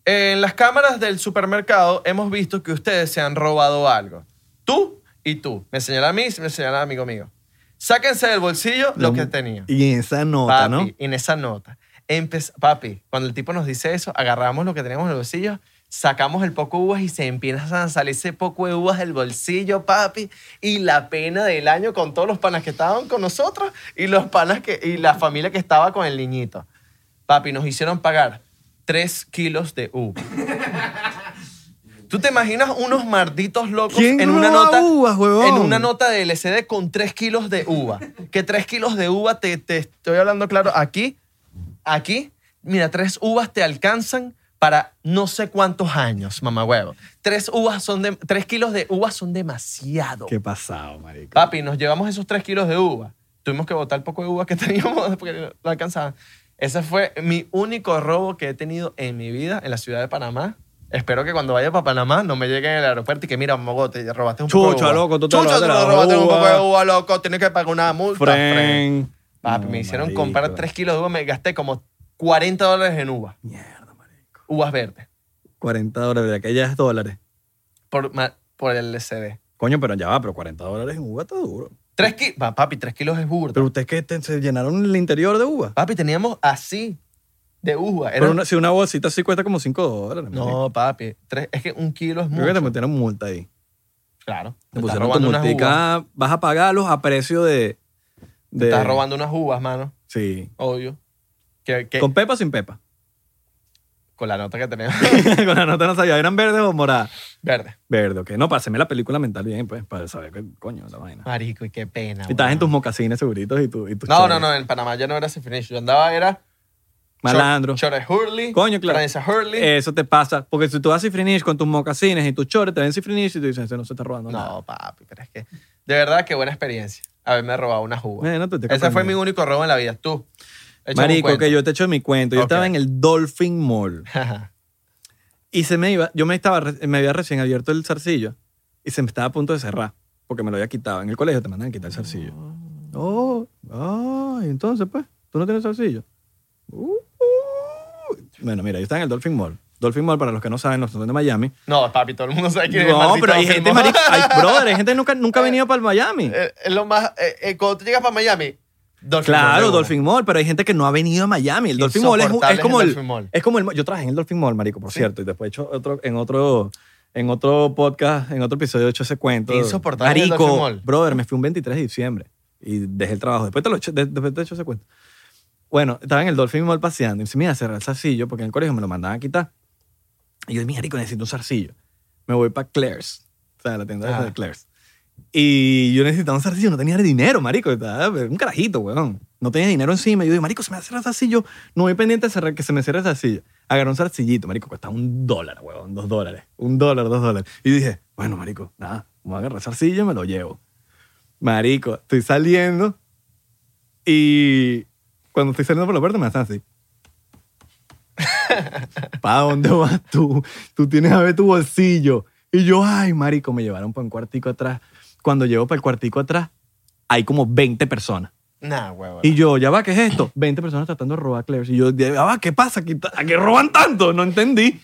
Speaker 2: en las cámaras del supermercado hemos visto que ustedes se han robado algo. Tú y tú. Me señala a mí, me señala al amigo mío. Sáquense del bolsillo lo que tenía.
Speaker 1: Y esa nota,
Speaker 2: Papi,
Speaker 1: ¿no?
Speaker 2: en esa nota. Empez- papi, cuando el tipo nos dice eso, agarramos lo que teníamos en el bolsillo, sacamos el poco de uvas y se empiezan a salir ese poco de uvas del bolsillo, papi. Y la pena del año con todos los panas que estaban con nosotros y los panas que, y la familia que estaba con el niñito. Papi, nos hicieron pagar 3 kilos de uva. ¿Tú te imaginas unos malditos locos
Speaker 1: ¿Quién
Speaker 2: en una
Speaker 1: roba
Speaker 2: nota
Speaker 1: uvas, huevón?
Speaker 2: en una nota de LCD con 3 kilos de uva? Que 3 kilos de uva te, te estoy hablando claro aquí, aquí mira, tres uvas te alcanzan para no sé cuántos años, mamá huevo. Tres uvas son de, tres kilos de uvas son demasiado.
Speaker 1: Qué pasado, marico.
Speaker 2: Papi, nos llevamos esos tres kilos de uva. Tuvimos que botar el poco de uva que teníamos porque no no alcanzaban. Ese fue mi único robo que he tenido en mi vida en la ciudad de Panamá. Espero que cuando vaya para Panamá no me lleguen al aeropuerto y que mira, mogo, te robaste un poco de
Speaker 1: Chucha,
Speaker 2: uva.
Speaker 1: loco, tú te
Speaker 2: Chucha,
Speaker 1: robaste la
Speaker 2: robaste un
Speaker 1: uva.
Speaker 2: poco de uva, loco. Tienes que pagar una multa. fren.
Speaker 1: Fren.
Speaker 2: Papi,
Speaker 1: No,
Speaker 2: me hicieron
Speaker 1: marico.
Speaker 2: comprar 3 kilos de uva, me gasté como 40 dólares en uva,
Speaker 1: Mierda, marico.
Speaker 2: uvas verdes,
Speaker 1: 40 dólares, aquellas dólares.
Speaker 2: por, ma- por el LCD.
Speaker 1: Coño, pero ya va, pero 40 dólares en uva está duro.
Speaker 2: 3 kilos, papi, 3 kilos es burda.
Speaker 1: Pero ustedes que te- se llenaron el interior de uva.
Speaker 2: Papi, teníamos así de uva. Era-
Speaker 1: Pero una- si una bolsita así cuesta como 5 dólares. marico.
Speaker 2: No, papi, tres- es que un kilo es
Speaker 1: Creo que te
Speaker 2: mucho.
Speaker 1: metieron multa ahí.
Speaker 2: Claro,
Speaker 1: Te
Speaker 2: estás
Speaker 1: pusieron tu
Speaker 2: robando unas uvas.
Speaker 1: multica, vas a pagarlos a precio de... de
Speaker 2: Te estás robando unas uvas, mano,
Speaker 1: Sí.
Speaker 2: obvio. Que, que-
Speaker 1: ¿Con
Speaker 2: con,
Speaker 1: pepa o sin pepa?
Speaker 2: la nota que tenemos.
Speaker 1: Con la nota no sabía, ¿eran verdes o moradas?
Speaker 2: Verde.
Speaker 1: Verde, ok. No, paseme la película mental bien, pues, para saber qué coño la vaina.
Speaker 2: Marico, y qué pena.
Speaker 1: y estás en
Speaker 2: weón.
Speaker 1: tus mocasines seguritos y, tu, y tus
Speaker 2: No,
Speaker 1: chores.
Speaker 2: no, no, en Panamá ya no era ese finish. Yo andaba, era...
Speaker 1: Malandro.
Speaker 2: Chores Hurley.
Speaker 1: Coño, claro. Eh,
Speaker 2: Francia Hurley.
Speaker 1: Eso te pasa. Porque si tú vas a Cifrinish con tus mocasines y tus chores, te ven Cifrinish y tú dices, "Ese no se está robando nada.
Speaker 2: No, pues. papi, pero es que. De verdad, qué buena experiencia. Haberme robado una jugo.
Speaker 1: Bueno, tú te
Speaker 2: Ese fue
Speaker 1: compras
Speaker 2: mi único robo en la vida. Tú. échame un
Speaker 1: Marico,
Speaker 2: cuento.
Speaker 1: que yo te echo mi cuento. Yo
Speaker 2: Ok.
Speaker 1: estaba en el Dolphin Mall
Speaker 2: Ajá.
Speaker 1: y se me iba, yo me estaba, re- me había recién abierto el zarcillo y se me estaba a punto de cerrar porque me lo había quitado. En el colegio te mandan a quitar el zarcillo. Oh, ah, y entonces pues, tú no tienes zarcillo. Uh, uh. Bueno, mira, yo estaba en el Dolphin Mall. Dolphin Mall, para los que no saben, los que son de Miami.
Speaker 2: No, papi, todo el mundo sabe quién es
Speaker 1: No,
Speaker 2: Marcito
Speaker 1: pero hay gente,
Speaker 2: Afirmo.
Speaker 1: marico, hay, brother, hay gente que nunca, nunca ha venido para el Miami.
Speaker 2: Eh, Es lo más. eh, eh, cuando tú llegas para Miami, Dolphin Mall de
Speaker 1: Claro,
Speaker 2: una.
Speaker 1: Dolphin Mall, pero hay gente que no ha venido a Miami. El Dolphin Mall es, un-
Speaker 2: Insoportable
Speaker 1: es como
Speaker 2: es el
Speaker 1: el,
Speaker 2: Dolphin Mall.
Speaker 1: es como el yo trabajé en el Dolphin Mall, marico, por
Speaker 2: Sí.
Speaker 1: cierto, y después he hecho otro en otro en otro podcast, en otro episodio he hecho ese cuento.
Speaker 2: Insoportable el
Speaker 1: marico,
Speaker 2: Dolphin Mall.
Speaker 1: brother, me fui un 23 de diciembre y dejé el trabajo. Después te lo he hecho, de- después te he hecho ese cuento. Bueno, estaba en el Dolphin Mall paseando y me dice, mira, cerrar el zarcillo porque en el colegio me lo mandaban a quitar. Y yo, mira, rico, necesito un zarcillo. Me voy para Claire's, o sea, la tienda esa
Speaker 2: Ah.
Speaker 1: de Claire's. Y yo necesitaba un zarcillo, no tenía dinero, marico. estaba Un carajito, weón. No tenía dinero encima. Y yo digo, marico, se me va a cerrar el zarcillo. No voy pendiente de cerrar, que se me cierre el zarcillo. Agarré un zarcillito, marico, costaba un dólar, weón. Dos dólares. Un dólar, dos dólares. Y dije, bueno, marico, nada, voy a agarrar el zarcillo y me lo llevo. Marico, estoy saliendo y cuando estoy saliendo por la puerta me hacen así. ¿Para dónde vas tú? Tú tienes a ver tu bolsillo. Y yo, ay, marico, me llevaron para un cuartico atrás. Cuando llego para el cuartico atrás, hay como 20 personas.
Speaker 2: Nah, huevo.
Speaker 1: Y yo, ya va, ¿qué es esto? 20 personas tratando de robar Claire's. Y yo, ya va, ¿qué pasa? ¿Qué ta- ¿A qué roban tanto? No entendí.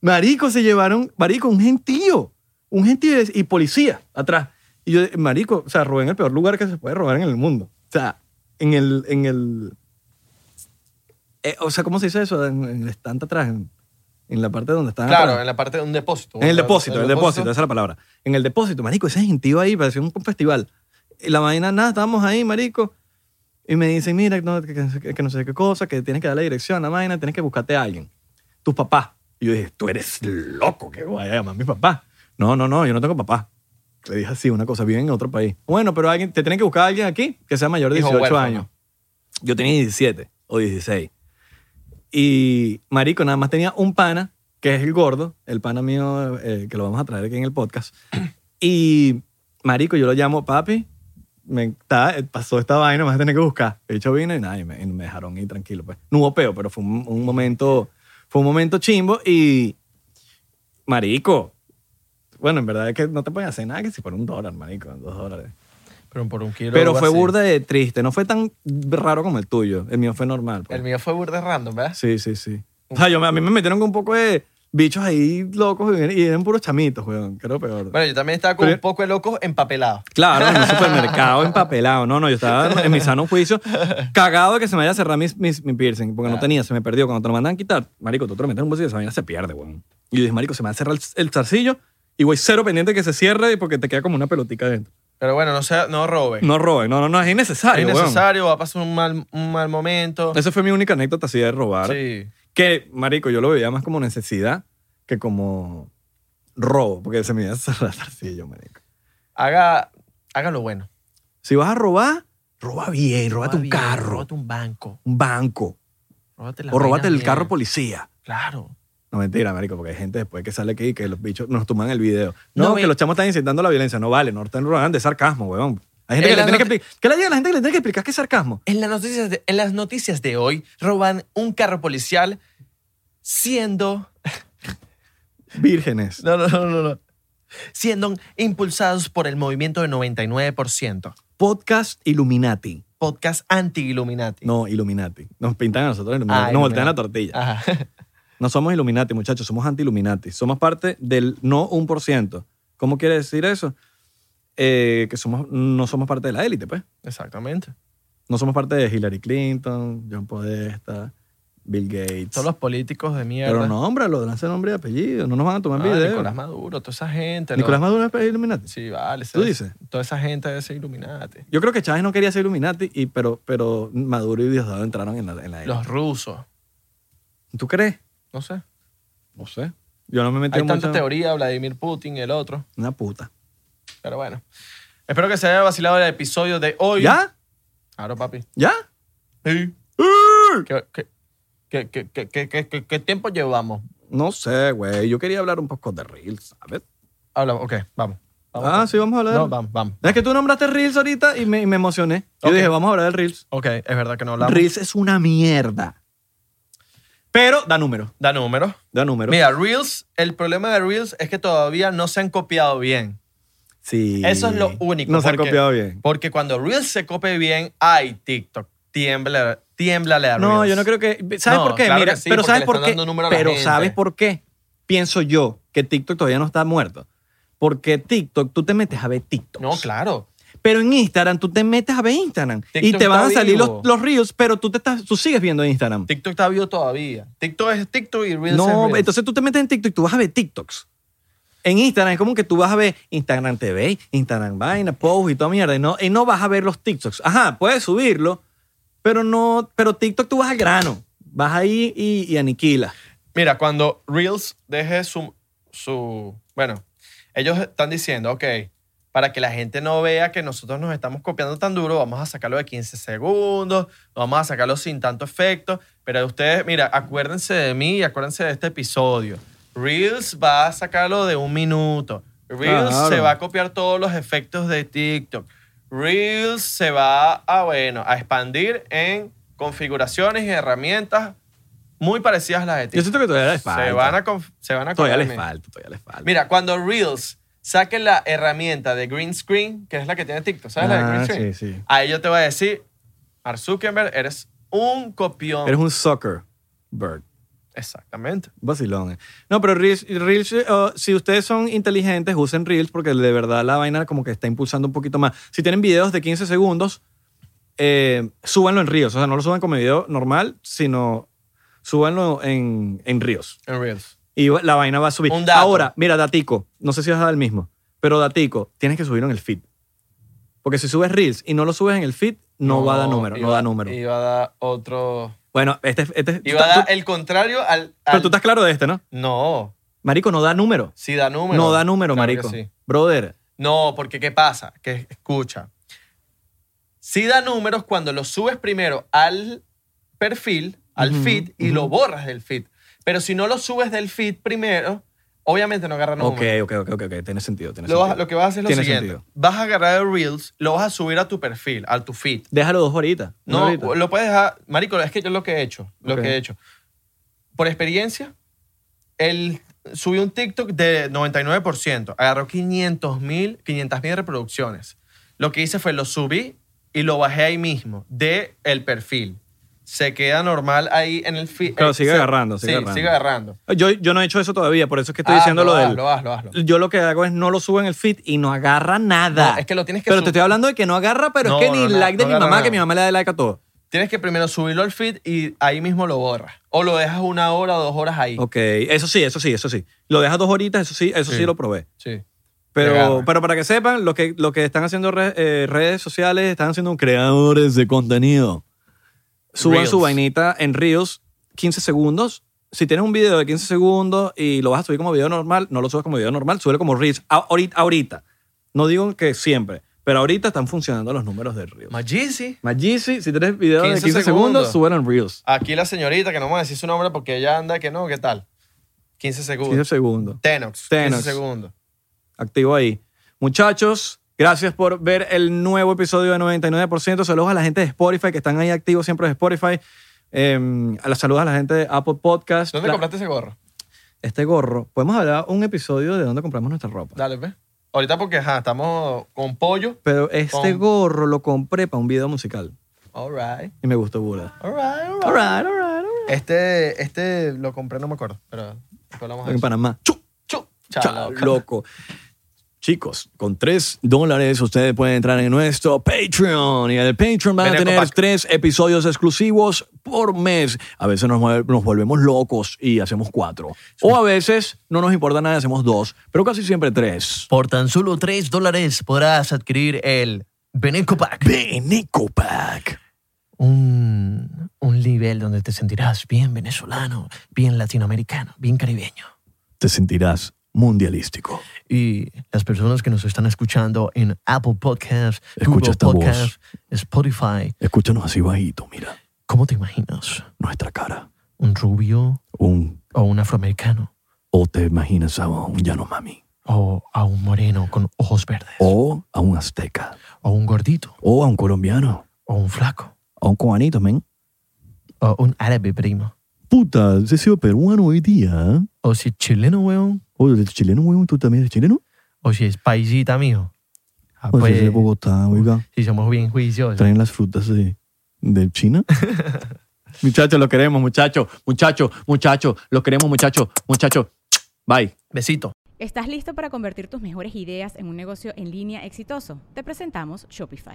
Speaker 1: Marico, se llevaron, marico, un gentío. Un gentío y policía atrás. Y yo, marico, o sea, robé en el peor lugar que se puede robar en el mundo. O sea, en el, en el... eh, o sea, ¿cómo se dice eso? En, en el stand atrás, en, en la parte donde están
Speaker 2: Claro,
Speaker 1: atrás.
Speaker 2: en la parte de un depósito.
Speaker 1: En el depósito, en el depósito, esa es la palabra. En el depósito, marico, ese gentío ahí, parecía un festival. Y la vaina, nada, estábamos ahí, marico. Y me dicen, mira, no, que, que- que no sé qué cosa, que tienes que dar la dirección, la vaina, tienes que buscarte a alguien. Tus papás. Y yo dije, tú eres loco, que voy a llamar a mi papá. No, no, no, yo no tengo papá. Le dije así, una cosa, viven en otro país. Bueno, pero alguien, te tienen que buscar a alguien aquí que sea mayor de
Speaker 2: Hijo
Speaker 1: 18
Speaker 2: huérfano.
Speaker 1: años. Yo tenía 17 o 16. Y marico, nada más tenía un pana, que es el gordo, el pana mío eh, que lo vamos a traer aquí en el podcast. Y marico, yo lo llamo papi, me está- pasó esta vaina, me vas a tener que buscar. De hecho vino y nada, y me, y me dejaron ir tranquilo. Pues. No hubo peo, pero fue un, un momento, fue un momento chimbo y marico. Bueno, en verdad es que no te pueden hacer nada que si por un dólar, marico, dos dólares.
Speaker 2: Pero por un kilo.
Speaker 1: Pero
Speaker 2: de
Speaker 1: fue
Speaker 2: uva, sí.
Speaker 1: burda de triste. No fue tan raro como el tuyo. El mío fue normal. pues.
Speaker 2: El mío fue burda random, ¿verdad?
Speaker 1: Sí, sí, sí. O sea, yo, me- a mí me metieron con un poco de bichos ahí locos y eran- y eran puros chamitos, weón. Creo peor.
Speaker 2: Bueno, yo también estaba con
Speaker 1: Pero-
Speaker 2: un poco de locos empapelados.
Speaker 1: Claro, en un supermercado empapelado. No, no, yo estaba en mi sano juicio cagado de que se me vaya a cerrar mis, mis- mi piercing porque no
Speaker 2: Ah.
Speaker 1: tenía, se me perdió. Cuando te lo mandan a quitar, marico, tú te lo metes en un bolsillo y esa vaina se pierde, weón. Y yo dije, marico, se me va a cerrar el, el zarcillo y voy cero pendiente que se cierre porque te queda como una pelotica dentro.
Speaker 2: Pero bueno, no, sea, no roben.
Speaker 1: No roben, no, no, no, es
Speaker 2: es
Speaker 1: innecesario, weón.
Speaker 2: necesario, va a pasar un mal, un mal momento.
Speaker 1: Esa fue mi única anécdota así de robar.
Speaker 2: Sí.
Speaker 1: Que, marico, yo lo veía más como necesidad que como robo, porque se me iba a cerrar el zarcillo, marico.
Speaker 2: Haga, haga lo bueno.
Speaker 1: Si vas a robar, roba bien, roba tu
Speaker 2: bien,
Speaker 1: carro,
Speaker 2: Róbate un banco.
Speaker 1: un banco,
Speaker 2: Róbate la
Speaker 1: o róbate
Speaker 2: vaina
Speaker 1: el carro
Speaker 2: bien.
Speaker 1: policía.
Speaker 2: Claro.
Speaker 1: No, mentira, marico, porque hay gente después que sale aquí que los bichos nos toman el video. No,
Speaker 2: No, eh.
Speaker 1: que
Speaker 2: ve-
Speaker 1: los chamos están incitando la violencia. No vale, no están robando de sarcasmo, weón. Hay gente
Speaker 2: Eh,
Speaker 1: que le
Speaker 2: la
Speaker 1: tiene que
Speaker 2: nota-
Speaker 1: explicar. ¿Qué le diga a la gente que le tiene que explicar qué es sarcasmo?
Speaker 2: En, las noticias de, en las noticias de hoy, roban un carro policial siendo.
Speaker 1: Vírgenes.
Speaker 2: No, no, no, no. no. Siendo impulsados por el movimiento de 99%.
Speaker 1: Podcast Illuminati.
Speaker 2: Podcast anti-Illuminati.
Speaker 1: No, Illuminati. Nos pintan a nosotros Illuminati.
Speaker 2: Ah,
Speaker 1: Nos
Speaker 2: Illuminati.
Speaker 1: voltean la tortilla.
Speaker 2: Ajá.
Speaker 1: No somos Illuminati, muchachos, somos anti-Illuminati. Somos parte del no 1%. ¿Cómo quiere decir eso? Eh, que somos, no somos parte de la élite, pues.
Speaker 2: Exactamente.
Speaker 1: No somos parte de Hillary Clinton, John Podesta, Bill Gates.
Speaker 2: Todos los políticos de mierda.
Speaker 1: Pero nómbralo, lanza nombre y apellido. No nos van a tomar
Speaker 2: Ah,
Speaker 1: video.
Speaker 2: Nicolás Maduro, toda esa gente. los-
Speaker 1: Nicolás Maduro es Illuminati.
Speaker 2: Sí, vale.
Speaker 1: ¿Tú
Speaker 2: ese-
Speaker 1: dices?
Speaker 2: Toda esa gente de ese Illuminati.
Speaker 1: Yo creo que Chávez no quería ser Illuminati, y, pero, pero Maduro y Diosdado entraron en la, en la élite.
Speaker 2: Los rusos.
Speaker 1: ¿Tú crees?
Speaker 2: No sé.
Speaker 1: No sé. Yo no me metí
Speaker 2: Hay
Speaker 1: en
Speaker 2: tanta
Speaker 1: mucha-
Speaker 2: teoría, Vladimir Putin, el otro.
Speaker 1: Una puta.
Speaker 2: Pero bueno. Espero que se haya vacilado el episodio de hoy.
Speaker 1: ¿Ya?
Speaker 2: Claro, papi.
Speaker 1: ¿Ya?
Speaker 2: Sí.
Speaker 1: ¡Eh!
Speaker 2: ¿Qué, qué, qué- qué- qué- qué- qué- qué- qué tiempo llevamos?
Speaker 1: No sé, güey. Yo quería hablar un poco de Reels, ¿sabes?
Speaker 2: Hablamos. Ok, vamos. Vamos.
Speaker 1: ah, sí, vamos a hablar.
Speaker 2: No, vamos, vamos.
Speaker 1: Es que tú nombraste Reels ahorita y me, y me emocioné. Yo
Speaker 2: Ok.
Speaker 1: dije, vamos a hablar del Reels.
Speaker 2: Ok, es verdad que no hablamos.
Speaker 1: Reels es una mierda. Pero da número.
Speaker 2: Da números.
Speaker 1: Da número.
Speaker 2: Mira, Reels, el problema de Reels es que todavía no se han copiado bien.
Speaker 1: Sí.
Speaker 2: Eso es lo único.
Speaker 1: No se han
Speaker 2: porque-
Speaker 1: copiado bien.
Speaker 2: Porque cuando Reels se copie bien, hay TikTok. Tiembla, tiémblale a Reels.
Speaker 1: No, yo no creo que. ¿Sabes
Speaker 2: No,
Speaker 1: por qué?
Speaker 2: claro
Speaker 1: Mira,
Speaker 2: que sí,
Speaker 1: pero
Speaker 2: porque
Speaker 1: ¿sabes
Speaker 2: le
Speaker 1: por qué?
Speaker 2: están dando número a la
Speaker 1: Pero
Speaker 2: gente.
Speaker 1: ¿sabes por qué? Pienso yo que TikTok todavía no está muerto. Porque TikTok, tú te metes a ver TikTok.
Speaker 2: No, claro.
Speaker 1: Pero en Instagram, tú te metes a ver Instagram. y
Speaker 2: TikTok
Speaker 1: te van a
Speaker 2: está
Speaker 1: salir
Speaker 2: vivo.
Speaker 1: los, los Reels, pero tú, te estás, tú sigues viendo Instagram.
Speaker 2: TikTok está vivo todavía. TikTok es TikTok y Reels es
Speaker 1: No,
Speaker 2: Reels.
Speaker 1: entonces tú te metes en TikTok y tú vas a ver TikToks. En Instagram es como que tú vas a ver Instagram TV, Instagram Vaina, Post y toda mierda. Y no, y no vas a ver los TikToks. Ajá, puedes subirlo, pero no, pero TikTok tú vas al grano. Vas ahí y, y aniquilas.
Speaker 2: Mira, cuando Reels deje su, su... Bueno, ellos están diciendo, ok, para que la gente no vea que nosotros nos estamos copiando tan duro, vamos a sacarlo de 15 segundos, vamos a sacarlo sin tanto efecto, pero ustedes, mira, acuérdense de mí y acuérdense de este episodio. Reels va a sacarlo de un minuto. Reels
Speaker 1: Claro.
Speaker 2: se va a copiar todos los efectos de TikTok. Reels se va a, bueno, a expandir en configuraciones y herramientas muy parecidas a las de TikTok.
Speaker 1: Yo siento que todavía les falta.
Speaker 2: Se van a, conf- se van a
Speaker 1: todavía les
Speaker 2: comer.
Speaker 1: falta, todavía les falta.
Speaker 2: Mira, cuando Reels saque la herramienta de green screen, que es la que tiene TikTok, ¿sabes la de green
Speaker 1: Ah,
Speaker 2: screen?
Speaker 1: sí, sí.
Speaker 2: Ahí yo te voy a decir, Mark Zuckerberg, eres un copión.
Speaker 1: Eres un soccer bird.
Speaker 2: Exactamente.
Speaker 1: Vacilón. eh. No, pero Reels, Reels, eh, oh, si ustedes son inteligentes, usen Reels porque de verdad la vaina como que está impulsando un poquito más. Si tienen videos de 15 segundos, eh, súbanlo en Reels. O sea, no lo suban como video normal, sino súbanlo en, en Reels.
Speaker 2: En Reels.
Speaker 1: Y va- la vaina va a subir.
Speaker 2: Un dato.
Speaker 1: Ahora, mira, Datico, no sé si vas a dar el mismo, pero Datico, tienes que subirlo en el feed. Porque si subes Reels y no lo subes en el feed, no, va a dar número, no
Speaker 2: iba-
Speaker 1: da número.
Speaker 2: Iba a dar otro...
Speaker 1: Bueno, este es... Este, es- tú
Speaker 2: Iba a
Speaker 1: estás-
Speaker 2: dar
Speaker 1: tú-
Speaker 2: el contrario al...
Speaker 1: pero
Speaker 2: al-
Speaker 1: tú estás claro de este, ¿no?
Speaker 2: No,
Speaker 1: Marico, no da número.
Speaker 2: sí da número.
Speaker 1: No da número,
Speaker 2: Claro que
Speaker 1: marico.
Speaker 2: sí.
Speaker 1: Brother,
Speaker 2: No, porque ¿qué pasa? Que escucha. Sí da números cuando los subes primero al perfil, al
Speaker 1: Ujú,
Speaker 2: feed, y
Speaker 1: ujú.
Speaker 2: lo borras del feed. Pero si no lo subes del feed primero, obviamente no agarra números.
Speaker 1: ok, ok, ok, ok, ok, tiene sentido, tiene
Speaker 2: Lo, vas-
Speaker 1: sentido.
Speaker 2: lo que vas a hacer es lo
Speaker 1: Tiene
Speaker 2: siguiente.
Speaker 1: sentido.
Speaker 2: Vas a agarrar el Reels, lo vas a subir a tu perfil, a tu feed.
Speaker 1: Déjalo dos horitas. una
Speaker 2: No,
Speaker 1: horita.
Speaker 2: lo puedes dejar. Marico, es que yo lo que he hecho, lo
Speaker 1: Ok.
Speaker 2: que he hecho. Por experiencia, él subió un TikTok de 99%, agarró 500 mil reproducciones. Lo que hice fue lo subí y lo bajé ahí mismo, de el perfil. Se queda normal ahí en el feed.
Speaker 1: Claro, sigue agarrando, sigue
Speaker 2: sí,
Speaker 1: agarrando.
Speaker 2: sigue agarrando.
Speaker 1: yo, yo no he hecho eso todavía, por eso es que estoy
Speaker 2: Ah,
Speaker 1: diciendo lo
Speaker 2: hazlo,
Speaker 1: del...
Speaker 2: hazlo, hazlo, hazlo.
Speaker 1: Yo lo que hago es no lo subo en el feed y no agarra nada.
Speaker 2: No, es que lo tienes que
Speaker 1: Pero
Speaker 2: sub-
Speaker 1: te estoy hablando de que no agarra, pero
Speaker 2: No,
Speaker 1: es que ni
Speaker 2: no, no,
Speaker 1: like de
Speaker 2: no
Speaker 1: mi
Speaker 2: agarra
Speaker 1: mamá,
Speaker 2: nada.
Speaker 1: que mi mamá le da like a todo.
Speaker 2: Tienes que primero subirlo al feed y ahí mismo lo borras. O lo dejas una hora o dos horas ahí.
Speaker 1: Ok, eso sí, eso sí, eso sí. Lo dejas dos horitas, eso sí, eso sí,
Speaker 2: Sí.
Speaker 1: lo probé.
Speaker 2: Sí. Te
Speaker 1: Pero,
Speaker 2: agarra.
Speaker 1: pero para que sepan, lo que, lo que están haciendo re- eh, redes sociales, están haciendo creadores de contenido. Suban
Speaker 2: Reels.
Speaker 1: su vainita en Reels 15 segundos. Si tienes un video de 15 segundos y lo vas a subir como video normal, no lo subas como video normal, súbelo como Reels ahorita. ahorita. No digo que siempre, Pero ahorita están funcionando los números de Reels.
Speaker 2: Majisi.
Speaker 1: Magisi, si tienes video
Speaker 2: 15
Speaker 1: de 15
Speaker 2: segundos.
Speaker 1: segundos, suben en Reels.
Speaker 2: Aquí la señorita, que no vamos a decir su nombre porque ella anda que no, ¿qué tal? 15 segundos.
Speaker 1: 15 segundos.
Speaker 2: Tenox.
Speaker 1: Tenox.
Speaker 2: 15 segundos.
Speaker 1: Activo ahí. Muchachos, gracias por ver el nuevo episodio de 99%. Saludos a la gente de Spotify que están ahí activos siempre de Spotify. Eh, a las saludos a la gente de Apple Podcast.
Speaker 2: ¿Dónde
Speaker 1: La-
Speaker 2: compraste ese gorro?
Speaker 1: Este gorro. Podemos hablar un episodio de dónde compramos nuestra ropa.
Speaker 2: Dale, pues. Ahorita porque, ajá, estamos con pollo.
Speaker 1: Pero este
Speaker 2: Con-
Speaker 1: gorro lo compré para un video musical
Speaker 2: All right.
Speaker 1: y me gustó burda.
Speaker 2: All right, all right.
Speaker 1: Alright, alright, alright.
Speaker 2: Este, este lo compré, no me acuerdo, pero después hablamos de
Speaker 1: En
Speaker 2: eso.
Speaker 1: Panamá. ¡Chu!
Speaker 2: Chu,
Speaker 1: Chao,
Speaker 2: chao, loco.
Speaker 1: loco. Chicos, con 3 dólares ustedes pueden entrar en nuestro Patreon. Y en el Patreon van a
Speaker 2: Ven,
Speaker 1: tener
Speaker 2: Ecopac.
Speaker 1: tres episodios exclusivos por mes. A veces nos, mueve- nos volvemos locos y hacemos cuatro. O a veces no nos importa nada y hacemos dos, pero casi siempre tres.
Speaker 3: Por tan solo 3 dólares podrás adquirir el Beneco Pack.
Speaker 1: En Ecopac.
Speaker 3: Un, un nivel donde te sentirás bien venezolano, bien latinoamericano, bien caribeño.
Speaker 1: Te sentirás mundialístico.
Speaker 3: Y las personas que nos están escuchando en Apple Podcasts,
Speaker 1: Escucha
Speaker 3: Google
Speaker 1: esta voz.
Speaker 3: Podcasts, Spotify,
Speaker 1: Escúchanos así bajito, mira,
Speaker 3: ¿cómo te imaginas?
Speaker 1: nuestra cara.
Speaker 3: ¿Un rubio
Speaker 1: Un,
Speaker 3: o un afroamericano?
Speaker 1: o te imaginas a un Yanomami.
Speaker 3: ¿O a un moreno con ojos verdes?
Speaker 1: O a un azteca.
Speaker 3: ¿O un gordito?
Speaker 1: O a un colombiano.
Speaker 3: ¿O un flaco?
Speaker 1: A un cubanito, men.
Speaker 3: ¿O un árabe, primo?
Speaker 1: Puta, he sido peruano hoy día. ¿eh?
Speaker 3: ¿O si es chileno, weón?
Speaker 1: O eres chileno, weón. ¿Tú también eres chileno?
Speaker 3: ¿O si es paisita, mijo? Ah,
Speaker 1: O
Speaker 3: pues,
Speaker 1: eres de Bogotá, oiga.
Speaker 3: si somos bien juiciosos.
Speaker 1: Traen las frutas de, de China. muchachos, lo queremos, muchachos. Muchachos, muchachos. Lo queremos, muchachos. Muchachos. Bye.
Speaker 3: Besito.
Speaker 5: ¿Estás listo para convertir tus mejores ideas en un negocio en línea exitoso? Te presentamos Shopify.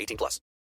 Speaker 6: 18 plus.